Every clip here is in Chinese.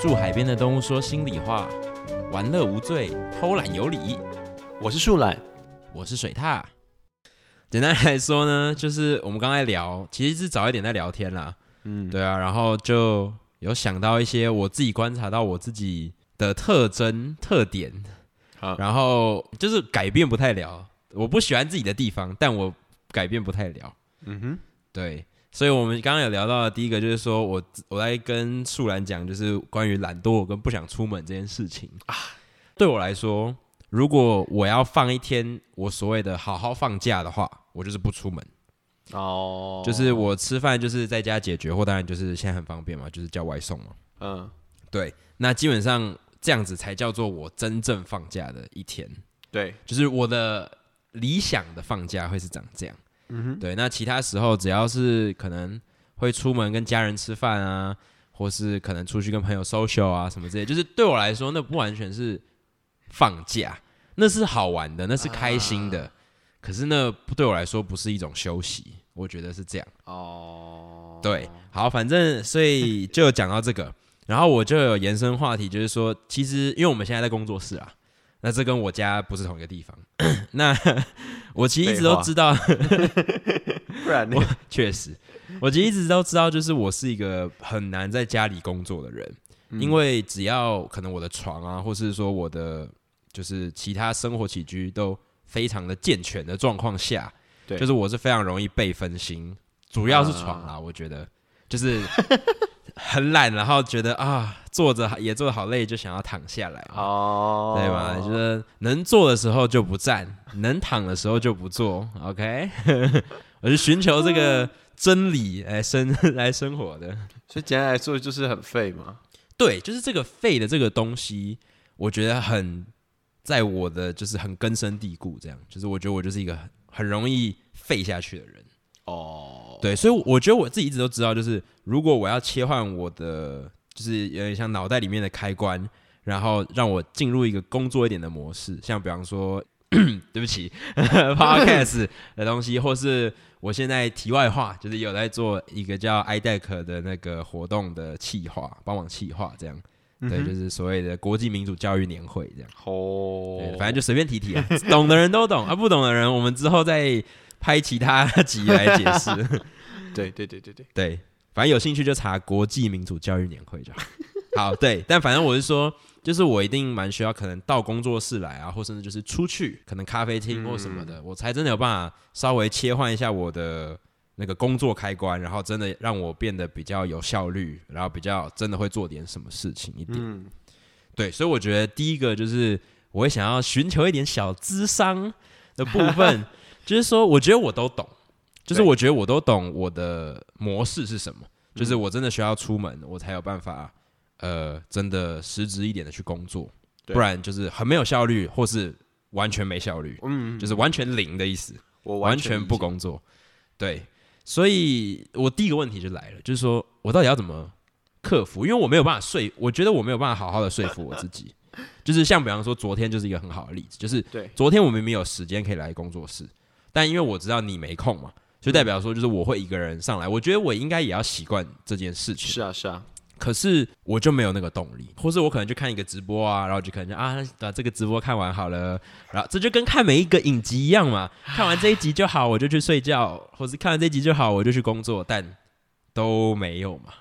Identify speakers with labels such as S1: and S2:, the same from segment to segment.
S1: 住海边的动物说心里话，玩乐无罪，偷懒有理。
S2: 我是树懒，
S1: 我是水獭。简单来说呢，就是我们刚才聊，其实是早一点在聊天啦。
S2: 嗯，
S1: 对啊，然后就有想到一些我自己观察到我自己的特征特点，
S2: 好
S1: 然后就是改变不太了。我不喜欢自己的地方，但我改变不太了。
S2: 嗯哼，
S1: 对，所以我们刚刚有聊到的第一个就是说我我在跟树兰讲，就是关于懒惰跟不想出门这件事情啊。对我来说，如果我要放一天我所谓的好好放假的话，我就是不出门。
S2: 哦，
S1: 就是我吃饭就是在家解决，或当然就是现在很方便嘛，就是叫外送嘛。
S2: 嗯，
S1: 对，那基本上这样子才叫做我真正放假的一天，
S2: 对，
S1: 就是我的理想的放假会是长这样。
S2: 嗯哼，
S1: 对，那其他时候只要是可能会出门跟家人吃饭啊，或是可能出去跟朋友 social 啊什么之类，就是对我来说，那不完全是放假，那是好玩的，那是开心
S2: 啊
S1: 的。可是那对我来说不是一种休息，我觉得是这样。
S2: 哦，
S1: 对，好，反正所以就讲到这个， 然后我就有延伸话题，就是说，其实因为我们现在在工作室啊，那这跟我家不是同一个地方， 那 我其实一直
S2: 废
S1: 都
S2: 话
S1: 知道，
S2: 不然呢？
S1: 确实，我其实一直都知道，就是我是一个很难在家里工作的人，
S2: 嗯
S1: 因为只要可能我的床啊，或是说我的就是其他生活起居都非常的健全的状况下，
S2: 对啊
S1: 就是我是非常容易被分心，主要是床啦，我觉得就是很懒，然后觉得啊坐着也坐得好累，就想要躺下来嘛。
S2: 哦，
S1: 对吧？就是能坐的时候就不站，能躺的时候就不坐。OK，我是寻求这个真理来生 来生活的。
S2: 所以简单来说就是很废嘛。
S1: 对，就是这个废的这个东西，我觉得很在我的就是很根深蒂固，这样就是我觉得我就是一个很很容易废下去的人。
S2: 哦，
S1: 对，所以我觉得我自己一直都知道，就是如果我要切换我的，就是有点像脑袋里面的开关，然后让我进入一个工作一点的模式，像比方说， 对不起 ，podcast 的东西，或是我现在题外话，就是有在做一个叫 iDeck 的那个活动的企划，帮忙企划这样，
S2: 嗯
S1: 对，就是所谓的国际民主教育年会这样。对
S2: 哦，
S1: 反正就随便提提啊，懂的人都懂啊，不懂的人我们之后再拍其他 集来解释。
S2: 对对对对对，
S1: 对，反正有兴趣就查国际民主教育年会就好。好，对，但反正我是说，就是我一定蛮需要，可能到工作室来啊，或甚至就是出去，可能咖啡厅或什么的，我才真的有办法稍微切换一下我的那个工作开关，然后真的让我变得比较有效率，然后比较真的会做点什么事情一点。
S2: 嗯，
S1: 对，所以我觉得第一个就是我会想要寻求一点小智商的部 分，就是说，我觉得我都懂，就是
S2: 对
S1: 我觉得我都懂我的模式是什么，就是
S2: 嗯
S1: 我真的需要出门，我才有办法，呃，真的实质一点的去工作，
S2: 对
S1: 不然就是很没有效率，或是完全没效率，
S2: 嗯，
S1: 就是完全零的意思。
S2: 我
S1: 完
S2: 全
S1: 全
S2: 理
S1: 不
S2: 解，
S1: 工作。对，所以我第一个问题就来了，就是说我到底要怎么克服？因为我没有办法说，我觉得我没有办法好好的说服我自己。 就是像比方说，昨天就是一个很好的例子，就是
S2: 对
S1: 昨天我明明有时间可以来工作室，但因为我知道你没空嘛，就代表说就是我会一个人上来。我觉得我应该也要习惯这件事情。
S2: 是啊是啊，
S1: 可是我就没有那个动力，或是我可能就看一个直播啊，然后就可能就啊，把这个直播看完好了，然后这就跟看每一个影集一样嘛，看完这一集就好，我就去睡觉，或是看完这一集就好，我就去工作，但都没有嘛，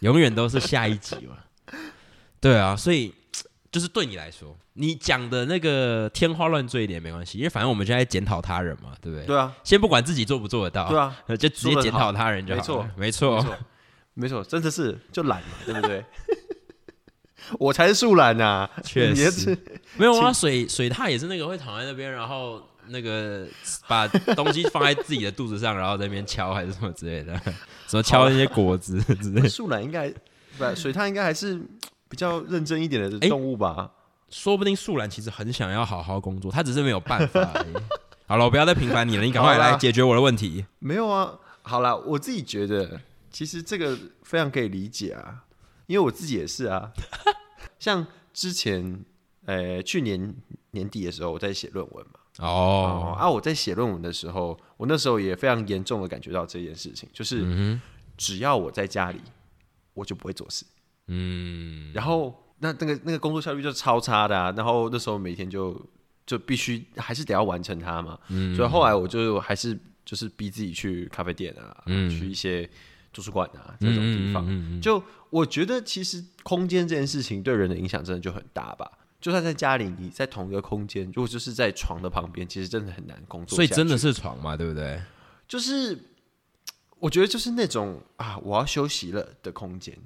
S1: 永远都是下一集嘛。 对啊，所以就是对你来说，你讲的那个天花乱坠一点没关系，因为反正我们现在检讨他人嘛，对不对？
S2: 对啊
S1: 先不管自己做不做得到，
S2: 对啊，
S1: 就直接检讨他人就好了。
S2: 做得好
S1: 没
S2: 没
S1: 错，
S2: 错没错，真的是就懒 嘛，对不对？我才是树懒呐，
S1: 确
S2: 你也
S1: 实
S2: 是，
S1: 没有啊，水水獭也是那个会躺在那边，然后那个 把东西放在自己的肚子上，然后在那边敲还是什么之类的， 什么敲那些果子之类的。
S2: 树懒应该不水獭应该还是比较认真一点的
S1: 哎
S2: 动物吧？
S1: 说不定素兰其实很想要好好工作，她只是没有办法而 已。好了，我不要再平凡你了，你赶快
S2: 好啦
S1: 来解决我的问题。
S2: 没有啊，好啦，我自己觉得其实这个非常可以理解啊，因为我自己也是啊。像之前呃去年年底的时候，我在写论文嘛，哦
S1: 哦，
S2: 啊，我在写论文的时候，我那时候也非常严重的感觉到这件事情，就是只要我在家里，我就不会做事。
S1: 嗯，
S2: 然后那那个那个工作效率就超差的、啊，然后那时候每天就就必须还是得要完成它嘛，
S1: 嗯
S2: 所以后来我就还是就是逼自己去咖啡店啊，
S1: 嗯
S2: 去一些图书馆啊这种地方，
S1: 嗯嗯嗯嗯嗯
S2: 就我觉得其实空间这件事情对人的影响真的就很大吧。就算在家里，你在同一个空间，如果就是在床的旁边，其实真的很难工作
S1: 所以
S2: 下
S1: 真的
S2: 去
S1: 是床嘛，对不对？
S2: 就是，我觉得就是那种啊，我要休息了的空间。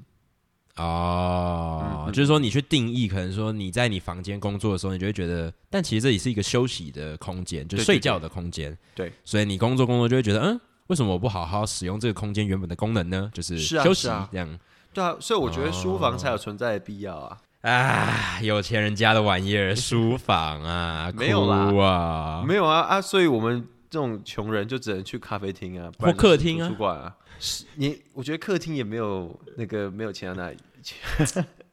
S2: 嗯
S1: 哦，就是说你去定义，可能说你在你房间工作的时候，你就会觉得，但其实这里是一个休息的空间，就
S2: 对对
S1: 睡觉的空间。
S2: 对，
S1: 所以你工作工作就会觉得，嗯，为什么我不好好使用这个空间原本的功能呢？就是
S2: 是啊
S1: 休
S2: 是
S1: 息
S2: 啊
S1: 这样。
S2: 对啊，所以我觉得书房
S1: 哦
S2: 才有存在的必要啊。
S1: 啊，有钱人家的玩意儿，书房啊，
S2: 没有啦
S1: 哭啊，
S2: 没有啊啊，所以我们这种穷人就只能去咖啡厅啊，不
S1: 或
S2: 然就是
S1: 客厅啊
S2: 图书馆啊。是你我觉得客厅也没有那个没有钱啊到那 里。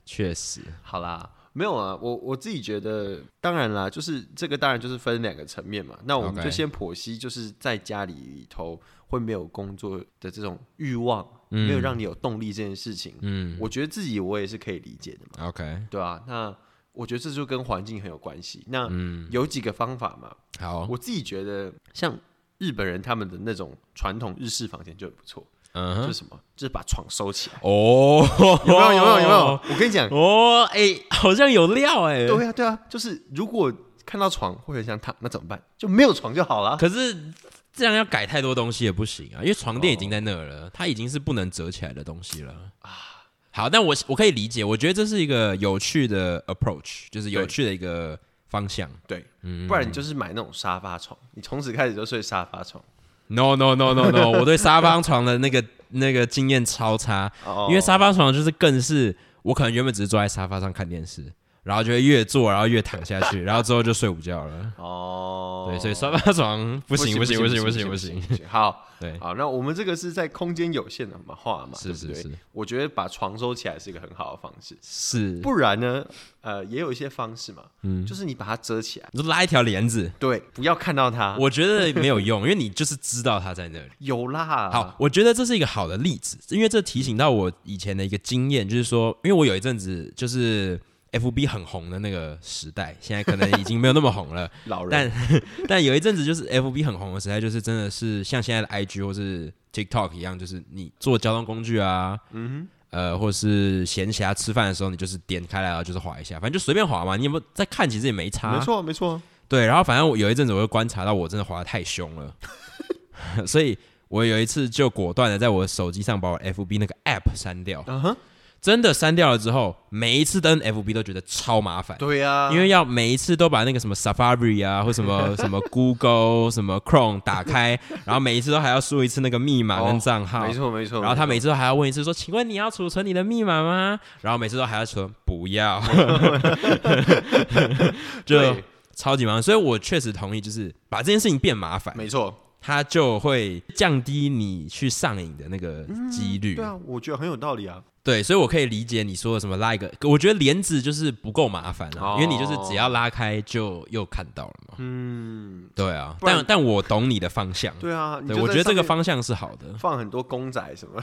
S1: 确实，
S2: 好啦，没有啊，我我自己觉得，当然啦，就是这个当然就是分两个层面嘛。那我们
S1: OK
S2: 就先剖析，就是在家里头会没有工作的这种欲望，没有让你有动力这件事情。
S1: 嗯
S2: 我觉得自己我也是可以理解的嘛，
S1: ，OK，
S2: 对啊，那我觉得这就跟环境很有关系。那
S1: 嗯
S2: 有几个方法嘛，
S1: 好，
S2: 我自己觉得像日本人他们的那种传统日式房间就很不错，
S1: 嗯
S2: 就
S1: 哼，
S2: 是什么，就是把床收起来，
S1: 哦，
S2: 有没有？有没有？有没有？我跟 你讲，
S1: 哦，哎、好像有料哎、
S2: 对啊，对啊，就是如果看到床会很想躺，那怎么办？就没有床就好 了。
S1: 可是这样要改太多东西也不行啊，因为床垫已经在那儿了，它已经是不能折起来的东西了啊。好，但我我可以理解，我觉得这是一个有趣的 approach，就是有趣的一个方向。
S2: 对，
S1: 嗯
S2: 不然你就是买那种沙发床，你从此开始就睡沙发床。
S1: No no no no no，我对沙发床的那个 那个经验超差，
S2: 哦
S1: 因为沙发床就是更是我可能原本只是坐在沙发上看电视，然后就会越坐然后越躺下去，然后之后就睡午觉了。
S2: 哦，
S1: 对，所以沙发床不行不行不行不行不行，
S2: 不行。好，
S1: 对，
S2: 好，那我们这个是在空间有限的嘛话嘛，
S1: 是
S2: 对不
S1: 是
S2: 对
S1: 是，
S2: 我觉得把床收起来是一个很好的方式。
S1: 是，
S2: 不然呢，呃，也有一些方式嘛，
S1: 嗯
S2: 就是你把它遮起来，
S1: 你就拉一条帘子，
S2: 对，不要看到它。
S1: 我觉得没有用，因为你就是知道它在那 里。
S2: 有啦，
S1: 好，，我觉得这是一个好的例子，因为这提醒到我以前的一个经验，就是说，因为我有一阵子就是 F B 很红的那个时代，现在可能已经没有那么红 了，
S2: 老人
S1: 但但有一阵子就是 F B 很红的时代，就是真的是像现在的 I G 或是 TikTok 一样，就是你坐交通工具啊，嗯呃，或是闲暇吃饭的时候，你就是点开来然后就是滑一下，反正就随便滑嘛，你有没有在看？其实也没差，啊
S2: 没错没错，
S1: 对，然后反正我有一阵子我就观察到我真的滑的太凶了，所以我有一次就果断的在我手机上把我 FB 那个 App 删掉。
S2: 嗯哼，
S1: 真的删掉了之后，每一次登 FB 都觉得超麻烦，
S2: 对啊呀，
S1: 因为要每一次都把那个什么 Safari 啊，或什 么什么 Google 什么 Chrome 打开，然后每一次都还要输一次那个密码跟
S2: 哦
S1: 账号。
S2: 没错没错，
S1: 然后他每
S2: 没错
S1: 次都还要问一次说：“请问你要储存你的密码吗？”然后每次都还要说“不要”， 就
S2: 对
S1: 超级麻烦。所以我确实同意，就是把这件事情变麻烦，
S2: 没错，
S1: 它就会降低你去上瘾的那个几率。
S2: 对啊，我觉得很有道理啊，
S1: 对所以我可以理解你说的什么拉一个，我觉得帘子就是不够麻烦啊，
S2: 哦
S1: 因为你就是只要拉开就又看到了嘛。
S2: 嗯，
S1: 对啊，
S2: 不然
S1: 但但我懂你的方向，
S2: 对啊，你
S1: 对
S2: 就
S1: 我
S2: 在
S1: 觉得这
S2: 上
S1: 个
S2: 面
S1: 方向是好的。
S2: 放很多公仔什么，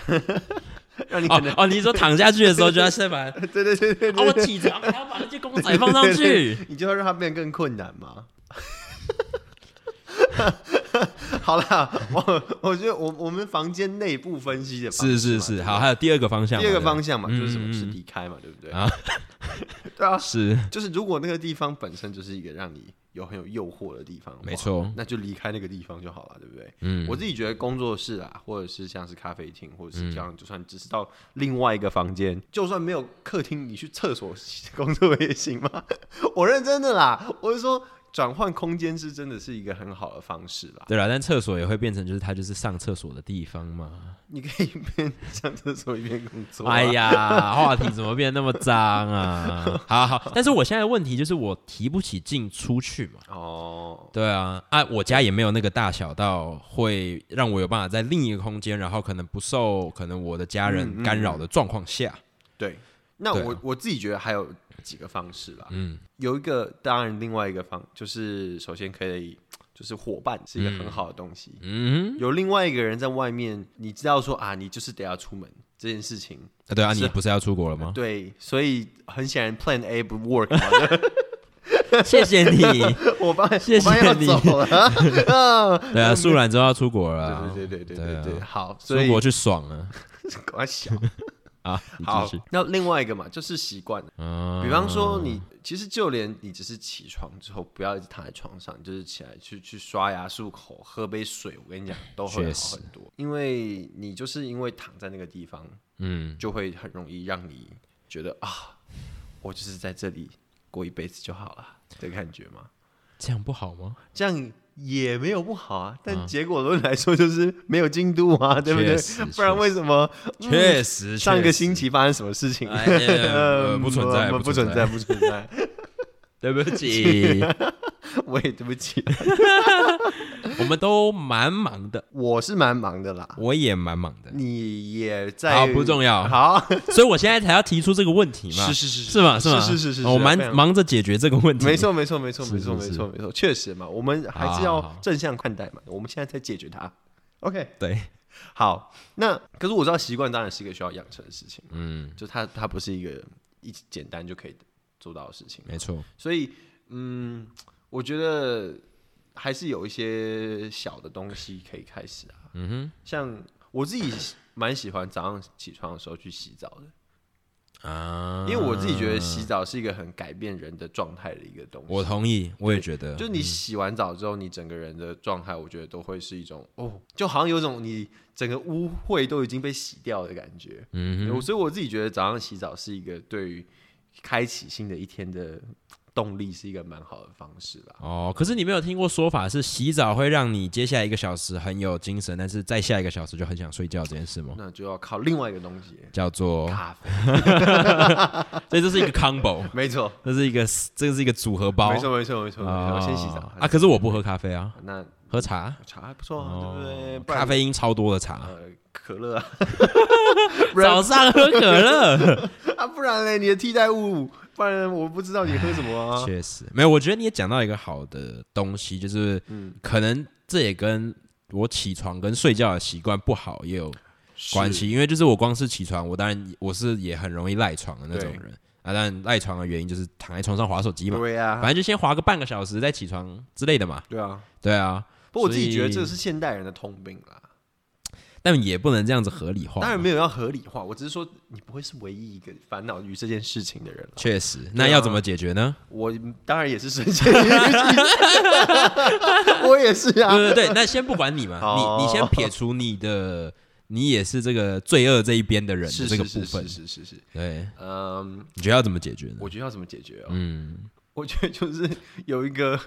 S2: 让你可
S1: 哦
S2: 能
S1: 哦，你说躺下去的时候就要先把
S2: 对对对对
S1: 啊，我起床还要把那些公仔放 上去。
S2: 你就要让它变得更困难 嘛。好啦，我我觉得我我们房间内部分析的方式
S1: 是是
S2: 嘛
S1: 是，
S2: 对不对
S1: 好，还有第二个方向嘛，
S2: 第二个
S1: 对
S2: 方向嘛，
S1: 嗯
S2: 就是什
S1: 嗯
S2: 么是
S1: 嗯
S2: 离开嘛，对不对？
S1: 啊
S2: 对啊，
S1: 是
S2: 就是如果那个地方本身就是一个让你有很有诱惑的地方，
S1: 没，错，
S2: 那就离开那个地方就好了，对不对？
S1: 嗯，
S2: 我自己觉得工作室啊，或者是像是咖啡厅，或
S1: 嗯
S2: 者是这样，就算只是到另外一个房间，就算没有客厅，你去厕所工作也行吗？ 我认真的啦，我是说转换空间是真的是一个很好的方式啦。
S1: 对了，但厕所也会变成就是它就是上厕所的地方嘛。
S2: 你可以一边上厕所一边工作、
S1: 哎
S2: 哎呀，
S1: 呀，话题怎么变那么脏啊？好好，但是我现在的问题就是我提不起劲出去嘛。
S2: 哦，
S1: 对啊，啊，我家也没有那个大小到会让我有办法在另一个空间，然后可能不受可能我的家
S2: 嗯
S1: 人干扰的状况下，
S2: 对，那
S1: 对啊
S2: 我、我自己觉得还有几个方式啦。
S1: 嗯
S2: 有一个，当然另外一个方就是，首先可以就是伙伴是一个很好的东西。
S1: 嗯，
S2: 有另外一个人在外面，你知道说啊，你就是得要出门这件事情，
S1: 啊对啊，
S2: 是
S1: 你不是要出国了吗？
S2: 对，所以很显然 Plan A 不 work 嘛，
S1: 谢谢你。
S2: 我发
S1: 谢
S2: 我发现要
S1: 你
S2: 走了，啊
S1: 对啊，素然之后要出国了啊，
S2: 对对对对对对
S1: 对
S2: 对，
S1: 啊
S2: 好，所以
S1: 出国去爽啊
S2: 我 小
S1: 啊！你继
S2: 好
S1: 续，
S2: 那另外一个嘛，就是习惯。
S1: 啊，
S2: 比方说你，
S1: 嗯
S2: 其实就连你只是起床之后，不要一直躺在床上，你就是起来去去刷牙、漱口、喝杯水，我跟你讲，都会
S1: 确
S2: 好
S1: 实
S2: 很多。因为你就是因为躺在那个地方，
S1: 嗯，
S2: 就会很容易让你觉得啊，我就是在这里过一辈子就好了的感觉嘛。
S1: 这样不好吗？
S2: 这样也没有不好啊，但结果论来说就是没有进度啊，对不对
S1: 嗯确实？
S2: 不然为什么嗯
S1: 确实，
S2: 上一个
S1: 确实
S2: 星期发生什么事情？
S1: 哎 呃不存在
S2: 嗯不
S1: 不
S2: 存
S1: 存
S2: 在，
S1: 在
S2: 不存在。
S1: 对不起，
S2: 我也对不起，
S1: 我们都蛮忙的，
S2: 我是蛮忙的啦，
S1: 我也蛮忙的，
S2: 你也在，
S1: 好不重要
S2: 好，
S1: 所以我现在才要提出这个问题嘛，
S2: 是 是
S1: 是吗？是吗？
S2: 是是是是，啊
S1: 哦我蛮
S2: 非常。
S1: 忙着解决这个问题，
S2: 没，错，没错，没错，
S1: 是
S2: 没错，
S1: 是
S2: 没
S1: 是
S2: 错，没错，确实嘛，我们还是
S1: 好好
S2: 要
S1: 好
S2: 正向看待嘛。我们现在在解决它。OK，
S1: 对，
S2: 好，那可是我知道习惯当然是一个需要养成的事情，
S1: 嗯，
S2: 就它它不是一个一简单就可以做到的事情。
S1: 没错，
S2: 所以，嗯，我觉得还是有一些小的东西可以开始啊。嗯哼，像我自己蛮喜欢早上起床的时候去洗澡的，
S1: 啊，
S2: 因为我自己觉得洗澡是一个很改变人的状态的一个东西。
S1: 我同意，我也觉得，
S2: 就你洗完澡之后，你整个人的状态，我觉得都会是一种哦，就好像有种你整个污秽都已经被洗掉的感觉。
S1: 嗯
S2: 我所以我自己觉得早上洗澡是一个对于开启新的一天的动力，是一个蛮好的方式啦。
S1: 哦，可是你没有听过说法是洗澡会让你接下来一个小时很有精神，但是再下一个小时就很想睡觉这件事吗？
S2: 那就要靠另外一个东西，
S1: 叫做，
S2: 咖啡。
S1: 所以这是一个 combo，
S2: 没错，
S1: 这是一个这是一个组合包，
S2: 没错，没错，没错，没
S1: 啊
S2: 错。先洗澡
S1: 啊！可是我不喝咖啡啊，
S2: 那
S1: 喝茶，
S2: 茶还不错啊，对不对？不然
S1: 哦咖啡因超多的茶，
S2: 呃可乐啊， 不 然
S1: 早上喝可 乐，
S2: 啊，不然嘞，你的替代物，不然我不知道你喝什 么啊。
S1: 确实没有。我觉得你也讲到一个好的东西，就是可能这也跟我起床跟睡觉的习惯不好也有关系，因为就是我光是起床，我当然我是也很容易赖床的那种人啊。但赖床的原因就是躺在床上划手机
S2: 是，
S1: 嘛，
S2: 对啊
S1: 反，正就先划个半个小时再起床之类的嘛。
S2: 对啊。
S1: 对啊，
S2: 不过我自己
S1: 所以
S2: 觉得这是现代人的通病啦，
S1: 但也不能这样子合理化。
S2: 当然没有要合理化，我只是说你不会是唯一一个烦恼于这件事情的人啦。
S1: 确实，那要怎么解决呢？
S2: 我当然也是瞬间， 我也是啊，
S1: 对对对，那先不管你嘛，
S2: 哦
S1: 你你先撇除你的，你也是这个罪恶这一边的人
S2: 是
S1: 的这
S2: 是
S1: 个
S2: 是
S1: 部分
S2: 是，是是是，
S1: 对，
S2: 嗯，
S1: 你觉得要怎么解决呢？
S2: 我觉得要怎么解决哦？
S1: 嗯，
S2: 我觉得就是有一个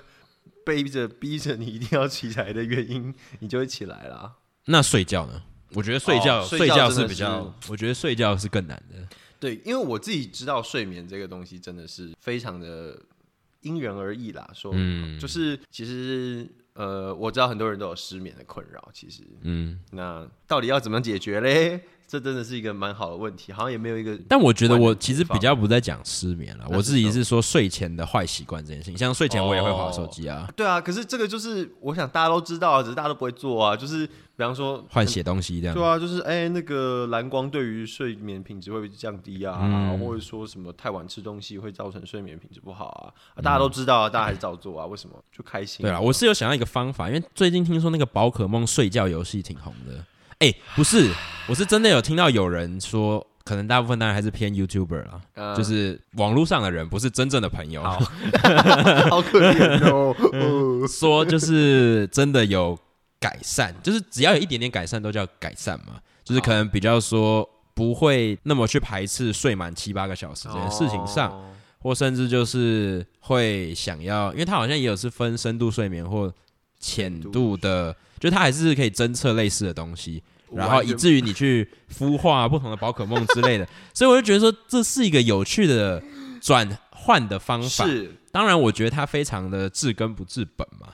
S2: 背着逼着你一定要起来的原因，你就会起来啦。
S1: 那睡觉呢？我觉得睡觉、
S2: 哦睡
S1: 睡
S2: 觉
S1: 觉
S2: 真的
S1: 是比较，我觉得睡觉是更难的。
S2: 对，因为我自己知道睡眠这个东西真的是非常的因人而异啦，说、
S1: 嗯
S2: 就是其实呃，我知道很多人都有失眠的困扰，其实
S1: 嗯，
S2: 那到底要怎么解决嘞？这真的是一个蛮好的问题，好像也没有一个
S1: 但我觉得
S2: 完
S1: 我
S2: 全
S1: 其实
S2: 解放
S1: 比较不在讲失眠了，
S2: 那
S1: 我
S2: 是
S1: 自己
S2: 什么
S1: 是说睡前的坏习惯这件事情，像睡前我也会划手机啊，
S2: 对啊，可是这个就是我想大家都知道啊，只是大家都不会做啊。就是比方说，
S1: 换写东西这样
S2: 对。啊，就是哎、那个蓝光对于睡眠品质会不会降低啊？
S1: 嗯
S2: 或者说什么太晚吃东西会造成睡眠品质不好啊？啊大家
S1: 嗯
S2: 都知道啊，大家还是照做啊，为什么就开心？
S1: 对啊，我是有想到一个方法，因为最近听说那个宝可梦睡觉游戏挺红的。哎、不是，我是真的有听到有人说，可能大部分当然还是偏 YouTuber 啦，
S2: 呃
S1: 就是网络上的人，不是真正的朋友，
S2: 好可怜哦。哦
S1: 说就是真的有改善，就是只要有一点点改善都叫改善嘛，就是可能比较说不会那么去排斥睡满七八个小 时这件事情上，
S2: 哦
S1: 或甚至就是会想要，因为它好像也有是分深度睡眠或浅度的，就它还是可以侦测类似的东西，然后
S2: 完
S1: 以
S2: 全
S1: 至于你去孵化不同的宝可梦之类的，所以我就觉得说这是一个有趣的转换的方法。
S2: 是，
S1: 当然，我觉得它非常的治根不治本嘛，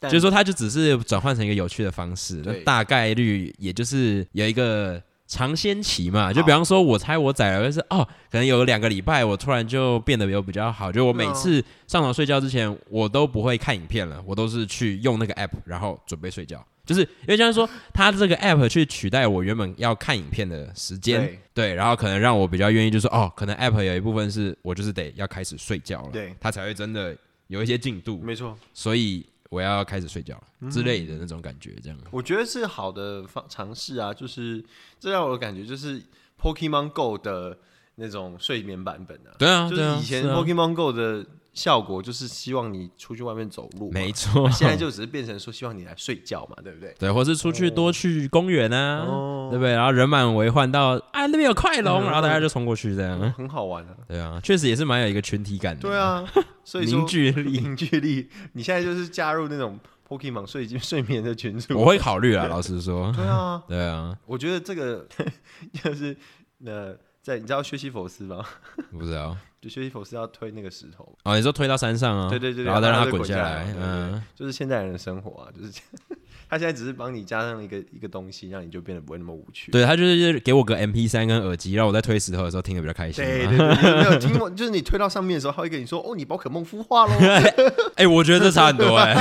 S2: 但
S1: 就是说它就只是转换成一个有趣的方式，那
S2: 对
S1: 大概率也就是有一个。尝鲜期嘛，就比方说，我猜我宰了，就是哦，可能有两个礼拜，我突然就变得有比较好，就我
S2: 嗯
S1: 每次上床睡觉之前，我都不会看影片了，我都是去用那个 app，然后准备睡觉。就是因为像说，它这个 app 去取代我原本要看影片的时间，
S2: 对
S1: 对，然后可能让我比较愿意，就是说哦，可能 app 有一部分是我就是得要开始睡觉了，
S2: 对
S1: 它才会真的有一些进度，
S2: 没错，
S1: 所以我要开始睡觉
S2: 嗯
S1: 了之类的那种感觉，这样。
S2: 我觉得是好的方尝试啊，就是这让我的感觉就是 Pokemon Go 的那种睡眠版本啊，
S1: 对啊，
S2: 就
S1: 对啊
S2: 是以前
S1: 是啊
S2: Pokemon Go 的效果就是希望你出去外面走 路嘛，
S1: 没错，
S2: 现在就只是变成说希望你来睡觉嘛，对不对？
S1: 对，或是出去多去公园啊，
S2: 哦
S1: 对不对？然后人满为患到，哎，那边有快龙，
S2: 嗯
S1: 然后大家就冲过去这样。
S2: 很好玩啊。
S1: 对啊，确实也是蛮有一个群体感的，
S2: 对，啊，所以说
S1: 凝聚力。
S2: 凝聚力，你现在就是加入那种 Pokemon 睡睡眠的群组。
S1: 我会考虑啊，老实说，
S2: 对啊，
S1: 对啊，
S2: 我觉得这个 就是呃，在你知道薛西佛斯吗？
S1: 不知道。
S2: 就薛西佛斯要推那个石头，
S1: 哦，你说推到山上啊？
S2: 对对对对
S1: 然后再让
S2: 然后它
S1: 滚
S2: 滚下来
S1: 来，
S2: 对对
S1: 嗯，
S2: 就是现代人的生活啊，就是 这样他现在只是帮你加上一个一个东西，让你就变得不会那么无趣。
S1: 对他就是给我个 M P 三跟耳机，让我在推石头的时候听得比较开心。
S2: 对对对，就是没有听过，就是你推到上面的时候，他会跟你说：“哦，你宝可梦孵化喽
S1: 哎，我觉得这差很多哎，！”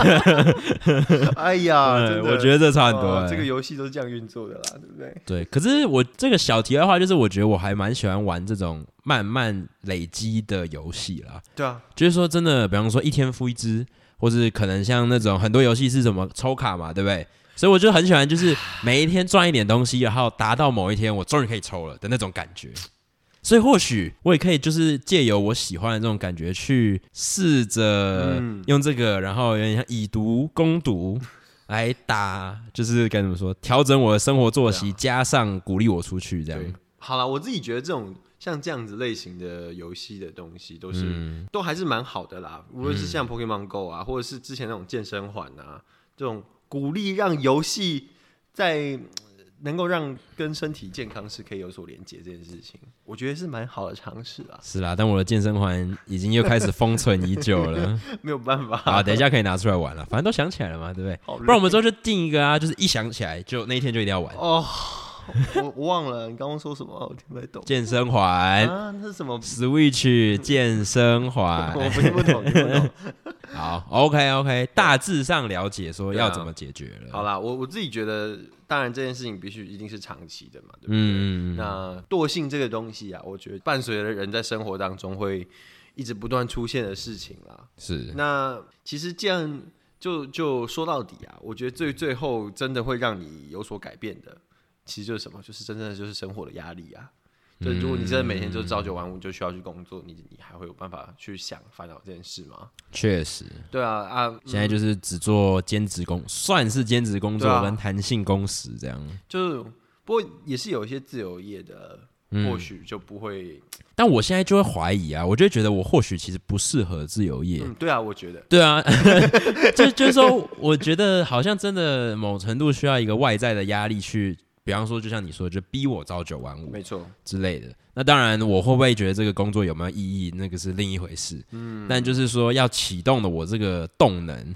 S2: 哎呀，
S1: 对
S2: 真的
S1: 我觉得这差很多
S2: 哇
S1: 哎。
S2: 哦这个游戏都是这样运作的啦，对不对？
S1: 对，可是我这个小题外话，就是我觉得我还蛮喜欢玩这种慢慢累积的游戏啦。
S2: 对啊，
S1: 就是说真的，比方说一天敷一支，或是可能像那种很多游戏是什么抽卡嘛，对不对？所以我就很喜欢，就是每一天赚一点东西，然后达到某一天我终于可以抽了的那种感觉。所以或许我也可以，就是借由我喜欢的这种感觉，去试着
S2: 嗯
S1: 用这个，然后有点像以毒攻毒来打，就是该怎么说，调整我的生活作息，加上鼓励我出去，这样
S2: 啊对。好了，我自己觉得这种像这样子类型的游戏的东西，都是、
S1: 嗯
S2: 都还是蛮好的啦。无论是像 Pokemon Go 啊，或者是之前那种健身环啊，这种鼓励让游戏在嗯能够让跟身体健康是可以有所连接这件事情，我觉得是蛮好的尝试 啊。
S1: 是啦，但我的健身环已经又开始封存已久了。
S2: 没有办 法，
S1: 啊，等一下可以拿出来玩了，反正都想起来了嘛，对不对？
S2: 好累
S1: 不然我们之后就定一个啊，就是一想起来就那一天就一定要玩
S2: 哦，我我忘了你刚刚说什么，我听不太懂
S1: 健身环、
S2: 啊，那是什么？
S1: Switch 健身
S2: 我
S1: 环。
S2: 不听不懂，听不懂。
S1: 好，OK OK，大致上了解说
S2: 对
S1: 要
S2: 啊
S1: 怎么解决了。
S2: 好啦，我我自己觉得，当然这件事情必须一定是长期的嘛，对不
S1: 嗯，
S2: 对？
S1: 嗯，嗯
S2: 那惰性这个东西啊，我觉得伴随着人在生活当中会一直不断出现的事情啦。
S1: 是
S2: 那其实这样就就说到底啊，我觉得最最后真的会让你有所改变的，其实就是什么？就是真正的就是生活的压力啊。就如果你真的每天就朝九晚五，就需要去工作，你你还会有办法去想烦恼这件事吗？
S1: 确实，
S2: 对啊啊，
S1: 现在就是只做兼职工，算是兼职工
S2: 嗯对
S1: 作
S2: 啊
S1: 跟弹性工时这样。
S2: 就是不过也是有一些自由业的，
S1: 嗯
S2: 或许就不会。
S1: 但我现在就会怀疑啊，我就会觉得我或许其实不适合自由业。
S2: 嗯，对啊，我觉得
S1: 对啊， 就就是说，我觉得好像真的某程度需要一个外在的压力去，比方说，就像你说，就逼我朝九晚五
S2: 没错。
S1: 之类的。那当然，我会不会觉得这个工作有没有意义，那个是另一回事。嗯，但就是说，要启动的我这个动能，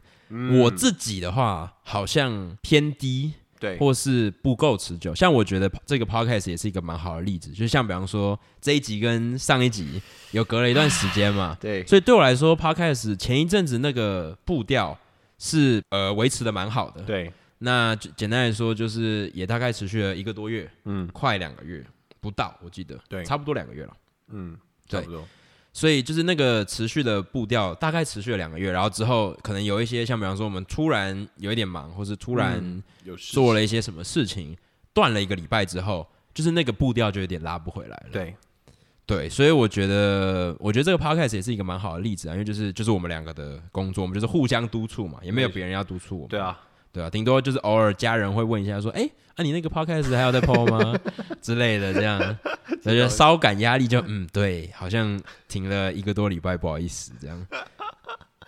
S1: 我自己的话好像偏低，
S2: 对，
S1: 或是不够持久。像我觉得这个 podcast 也是一个蛮好的例子，就像比方说这一集跟上一集有隔了一段时间嘛，
S2: 对，
S1: 所以对我来说，Podcast 前一阵子那个步调是呃维持的蛮好的。，
S2: 对，
S1: 那就简单来说，就是也大概持续了一个多月，
S2: 嗯
S1: 快两个月不到，我记得，
S2: 对
S1: 差不多两个月了。
S2: 嗯，
S1: 对
S2: 差不多。
S1: 所以就是那个持续的步调，大概持续了两个月，然后之后可能有一些像比方说我们突然有一点忙，或是突然
S2: 有事
S1: 做了一些什么事情，断了一个礼拜之后，就是那个步调就有点拉不回来了。
S2: 对，
S1: 对，所以我觉得，我觉得这个 podcast 也是一个蛮好的例子啊，因为就是就是我们两个的工作，我们就是互相督促嘛，也没有别人要督促我们，
S2: 对啊，
S1: 对啊，顶多就是偶尔家人会问一下说，哎、啊你那个 podcast 还有在 PO 吗之类的，这 样，我觉得稍感压力就嗯，对，好像停了一个多礼拜，不好意思这样。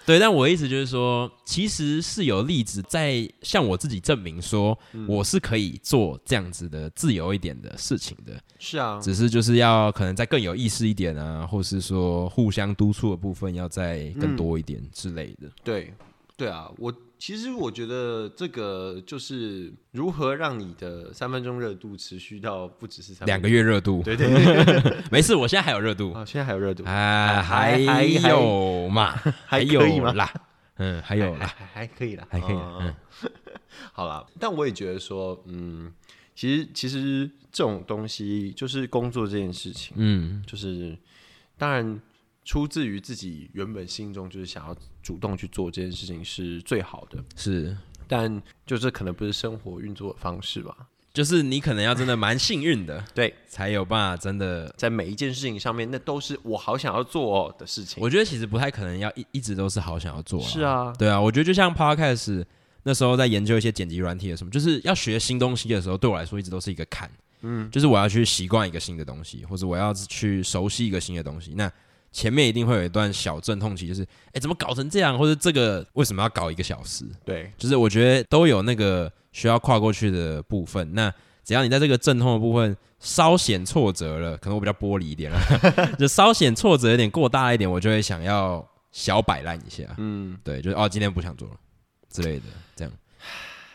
S1: 对，但我的意思就是说，其实是有例子在向我自己证明说，
S2: 嗯
S1: 我是可以做这样子的自由一点的事情的。
S2: 是啊，
S1: 只是就是要可能再更有意识一点
S2: 嗯
S1: 啊，或是说互相督促的部分要再更多一点之类的。
S2: 对，对啊，我其实我觉得这个就是如何让你的三分钟热度持续到不只是三分
S1: 两个月热度，
S2: 对对 对
S1: 没事，我现在还有热度，
S2: 啊，现在还有热度，
S1: 哎，还
S2: 还还
S1: 有嘛，
S2: 还
S1: 有
S2: 可以吗
S1: 啦，嗯，还有啦，
S2: 还还可以啦，
S1: 还可以啦
S2: 嗯 好啦，但我也觉得说，嗯，其实其实这种东西就是工作这件事情，
S1: 嗯，
S2: 就是当然出自于自己原本心中就是想要主动去做这件事情是最好的，
S1: 是，
S2: 但就这可能不是生活运作的方式吧。
S1: 就是你可能要真的蛮幸运的，
S2: 对，
S1: 才有办法真的。
S2: 在每一件事情上面，那都是我好想要做哦的事情。
S1: 我觉得其实不太可能要一一直都是好想要做，
S2: 是，啊，
S1: 对啊，我觉得就像 podcast 那时候在研究一些剪辑软体的什么，就是要学新东西的时候，对我来说一直都是一个坎。嗯，就是我要去习惯一个新的东西，或者我要去熟悉一个新的东西，那前面一定会有一段小阵痛期，就是哎、诶怎么搞成这样，或者这个为什么要搞一个小时？
S2: 对
S1: 就是我觉得都有那个需要跨过去的部分。那只要你在这个阵痛的部分稍显挫折了，可能我比较玻璃一点了， 就稍显挫折有点过大一点，我就会想要小摆烂一下。嗯，对，就是哦，今天不想做了之类的，这样。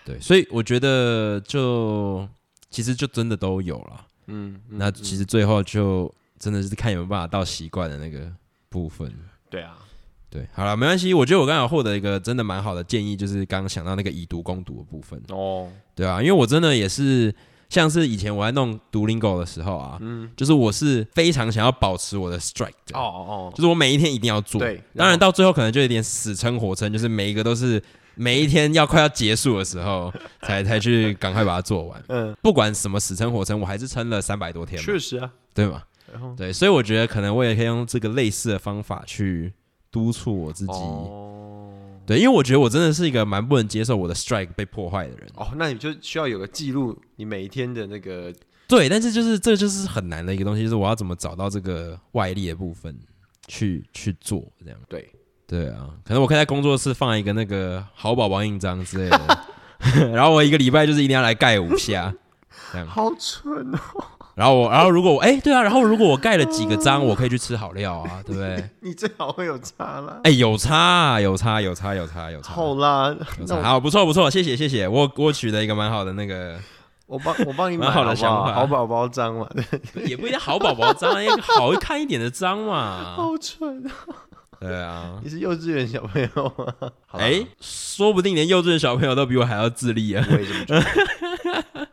S1: 对，所以我觉得就其实就真的都有了。嗯，那其实最后就真的是看有没有办法到习惯的那个部分。
S2: 对啊，
S1: 对，好了，没关系。我觉得我刚才有获得一个真的蛮好的建议，就是刚刚想到那个以毒攻毒的部分，
S2: 哦，
S1: 对啊，因为我真的也是，像是以前我在弄毒 lingo 的时候啊，就是我是非常想要保持我的 strike 的，
S2: 哦哦，
S1: 就是我每一天一定要做。
S2: 对
S1: 当
S2: 然后
S1: 然到最后可能就有点死撑活撑，就是每一个都是每一天要快要结束的时候才才去赶快把它做完。嗯
S2: 嗯，
S1: 不管什么死撑活撑，我还是撑了三百多天嘛，
S2: 确实啊，
S1: 对吗？
S2: 然后
S1: 对，所以我觉得可能我也可以用这个类似的方法去督促我自己。
S2: 哦
S1: 对，因为我觉得我真的是一个蛮不能接受我的 strike 被破坏的人。
S2: 哦，那你就需要有个记录，你每一天的那个
S1: 对，但是就是这就是很难的一个东西，就是我要怎么找到这个外力的部分去去做这样。
S2: 对
S1: 对啊，可能我可以在工作室放一个那个好宝宝印章之类的， 然后我一个礼拜就是一定要来盖五下，
S2: 好蠢哦！
S1: 然后我然后如果我哎对啊，然后如果我盖了几个章，我可以去吃好料啊，对不 对？
S2: 你最好会有差啦。
S1: 哎，有差啊，有差，有差，有差，有差。
S2: 好啊啦，
S1: 有
S2: 那
S1: 差
S2: 我
S1: 好，不错不错，谢谢谢谢，我我取得一个蛮好的那个
S2: 我帮我帮你买
S1: 蛮好的
S2: 不
S1: 想法
S2: 好宝宝章 嘛，
S1: 也不一定好宝宝章，要好看一点的章 嘛。
S2: 好蠢啊！
S1: 对啊，
S2: 你是幼稚园小朋友吗？好啦
S1: 哎、，说不定连幼稚的小朋友都比我还要自立啊。
S2: 我也这么 觉得。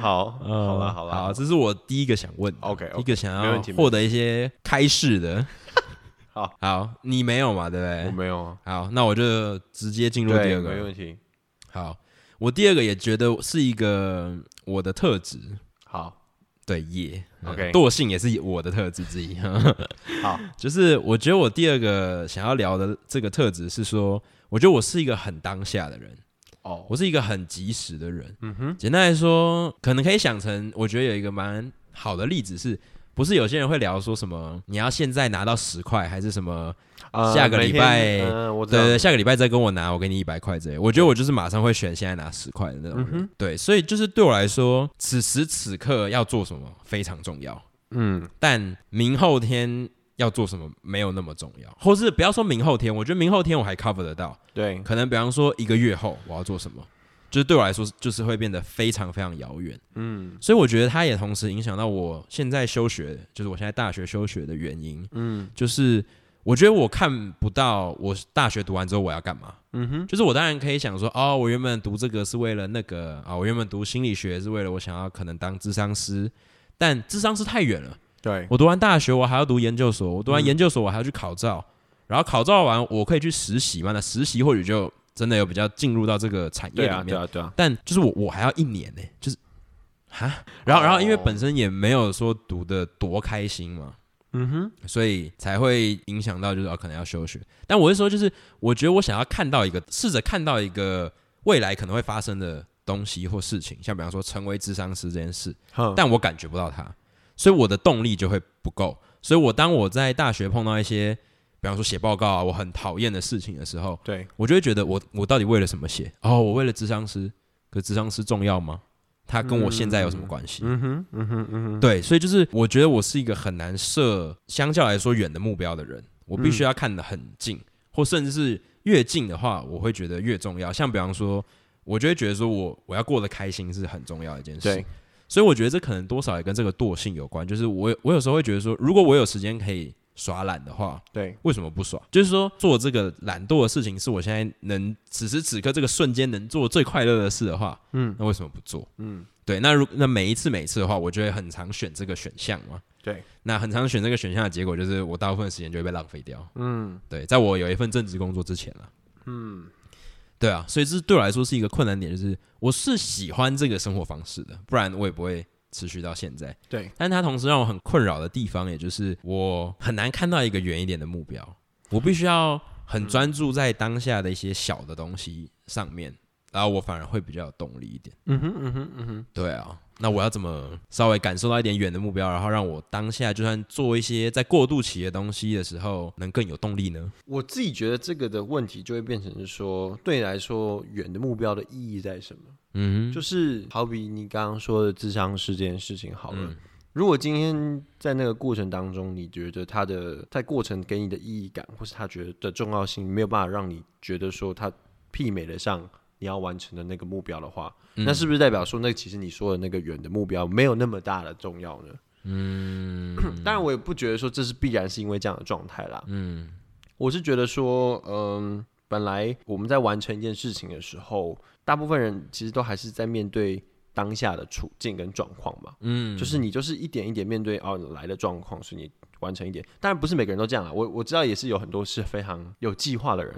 S2: 好，好啦，
S1: 嗯
S2: 好啦，
S1: 好，这是我第一个想问的
S2: OK，OK，
S1: 一个想
S2: 没
S1: 要
S2: 问题没问题
S1: 获得一些开示的。
S2: 好，
S1: 好，你没有嘛，对不
S2: 我
S1: 对？
S2: 没有啊，
S1: 好，那我就直接进入第
S2: 对，
S1: 二
S2: 没
S1: 个。
S2: 问题。
S1: 好，我第二个也觉得是一个我的特质，
S2: 好，
S1: 对，也嗯
S2: OK
S1: 惰性也是我的特质之一。
S2: 好，
S1: 就是我觉得我第二个想要聊的这个特质是说，我觉得我是一个很当下的人，
S2: 哦，
S1: 我是一个很及时的人。
S2: 嗯哼，
S1: 简单来说，可能可以想成，我觉得有一个蛮好的例子是。不是有些人会聊说什么你要现在拿到十块，还是什么？
S2: 呃
S1: 下个礼拜
S2: 每天呃我
S1: 对对，
S2: 知道
S1: 对下个礼拜再跟我拿，我给你一百块之类。我觉得我就是马上会选现在拿十块的那种
S2: 嗯
S1: 人。对，所以就是对我来说，此时此刻要做什么非常重要。
S2: 嗯，
S1: 但明后天要做什么没有那么重要，或是不要说明后天，我觉得明后天我还 cover 得到，
S2: 对，
S1: 可能比方说一个月后我要做什么，就是对我来说就是会变得非常非常遥远，嗯，所以我觉得它也同时影响到我现在休学，就是我现在大学休学的原因，嗯，就是。我觉得我看不到我大学读完之后我要干嘛，嗯哼，就是我当然可以想说，哦，我原本读这个是为了那个啊，我原本读心理学是为了我想要可能当智商师，但智商师太远了，
S2: 对，
S1: 我读完大学，我还要读研究所，我读完研究所，我还要去考照，然后考照完，我可以去实习嘛？那实习或许就真的有比较进入到这个产业
S2: 对啊，
S1: 里
S2: 对
S1: 面，
S2: 啊，对啊，
S1: 但就是我我还要一年呢、就是哈，然后然后因为
S2: 哦
S1: 本身也没有说读的多开心嘛，
S2: 嗯哼，
S1: 所以才会影响到就是哦可能要休学。但我是说，就是我觉得我想要看到一个，试着看到一个未来可能会发生的东西或事情，像比方说成为智商师这件事，
S2: 哼
S1: 但我感觉不到它，所以我的动力就会不够。所以我当我在大学碰到一些，比方说写报告啊，我很讨厌的事情的时候，
S2: 对，
S1: 我就会觉得我我到底为了什么写？哦，我为了智商师，可智商师重要吗？它跟我现在有什么关系？
S2: 嗯哼，嗯哼，嗯哼，
S1: 对，所以就是我觉得我是一个很难设相较来说远的目标的人，我必须要看得很近，或甚至是越近的话，我会觉得越重要。像比方说，我就会觉得说我我要过得开心是很重要的一件事
S2: 对。
S1: 所以我觉得这可能多少也跟这个惰性有关。就是我我有时候会觉得说，如果我有时间可以耍懒的话，
S2: 对
S1: 为什么不耍？就是说做这个懒惰的事情是我现在能此时此刻这个瞬间能做最快乐的事的话，嗯，那为什么不做？嗯
S2: 嗯，
S1: 对。那如那每一次每一次的话，我就会很常选这个选项嘛。
S2: 对，
S1: 那很常选这个选项的结果就是我大部分时间就会被浪费掉。
S2: 嗯，
S1: 对，在我有一份正职工作之前了。嗯，对啊，所以这对我来说是一个困难点，就是我是喜欢这个生活方式的，不然我也不会持续到现在。
S2: 对，
S1: 但它同时让我很困扰的地方，也就是我很难看到一个远一点的目标，我必须要很专注在当下的一些小的东西上面，然后我反而会比较有动力一点。
S2: 嗯哼嗯哼嗯哼，
S1: 对啊，那我要怎么稍微感受到一点远的目标，然后让我当下就算做一些在过渡期的东西的时候，能更有动力 呢？
S2: 我自己觉得这个的问题就会变成是说，对你来说远的目标的意义在什么？
S1: 嗯哼，
S2: 就是好比你刚刚说的智商师这件事情好了。
S1: 嗯
S2: 如果今天在那个过程当中，你觉得他的在过程给你的意义感，或是他觉得的重要性，没有办法让你觉得说他媲美得上你要完成的那个目标的话，
S1: 嗯
S2: 那是不是代表说，那其实你说的那个远的目标没有那么大的重要呢？嗯， 当然我也不觉得说这是必然是因为这样的状态啦。嗯，我是觉得说，嗯，本来我们在完成一件事情的时候，大部分人其实都还是在面对当下的处境跟状况嘛。
S1: 嗯，
S2: 就是你就是一点一点面对哦来的状况，所以你完成一点。当然不是每个人都这样啊，我我知道也是有很多是非常有计划的人，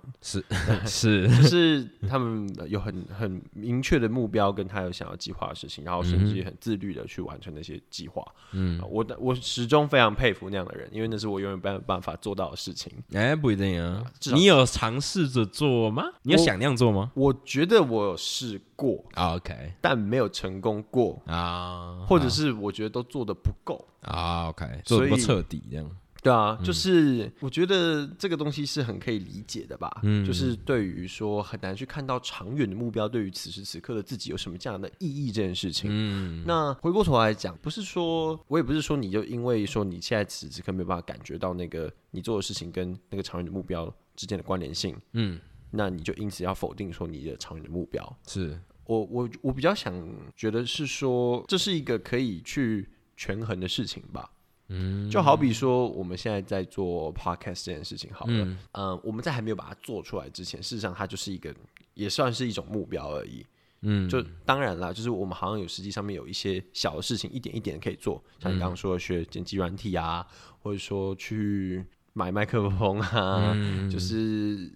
S1: 是，
S2: 就是他们有很很明确的目标，跟他有想要计划的事情，然后甚至很自律的去完成那些计划。嗯，我的我始终非常佩服那样的人，因为那是我永远没有办法做到的事情。
S1: 哎，不一定啊。
S2: 至少
S1: 你有尝试着做吗？你有
S2: 我
S1: 想那样做吗
S2: 我觉得我有试过，
S1: ？OK
S2: 但没有成功过，
S1: 啊，
S2: 或者是我觉得都做的不够。
S1: 啊，OK，做的不
S2: 所以
S1: 彻底这样。
S2: 对啊，就是我觉得这个东西是很可以理解的吧，
S1: 嗯
S2: 就是对于说很难去看到长远的目标，对于此时此刻的自己有什么这样的意义这件事情。
S1: 嗯
S2: 那回过头来讲，不是说我也不是说你就因为说你现在此时此刻没有办法感觉到那个你做的事情跟那个长远的目标之间的关联性，
S1: 嗯，
S2: 那你就因此要否定说你的长远的目标。
S1: 是，
S2: 我我我比较想觉得是说，这是一个可以去权衡的事情吧。嗯，就好比说我们现在在做 podcast 这件事情好了，嗯、我们在还没有把它做出来之前，事实上它就是一个也算是一种目标而已。
S1: 嗯，
S2: 就当然啦，就是我们好像有实际上面有一些小的事情，一点一点可以做，像你刚刚说的学剪辑软体啊，或者说去买麦克风啊，就是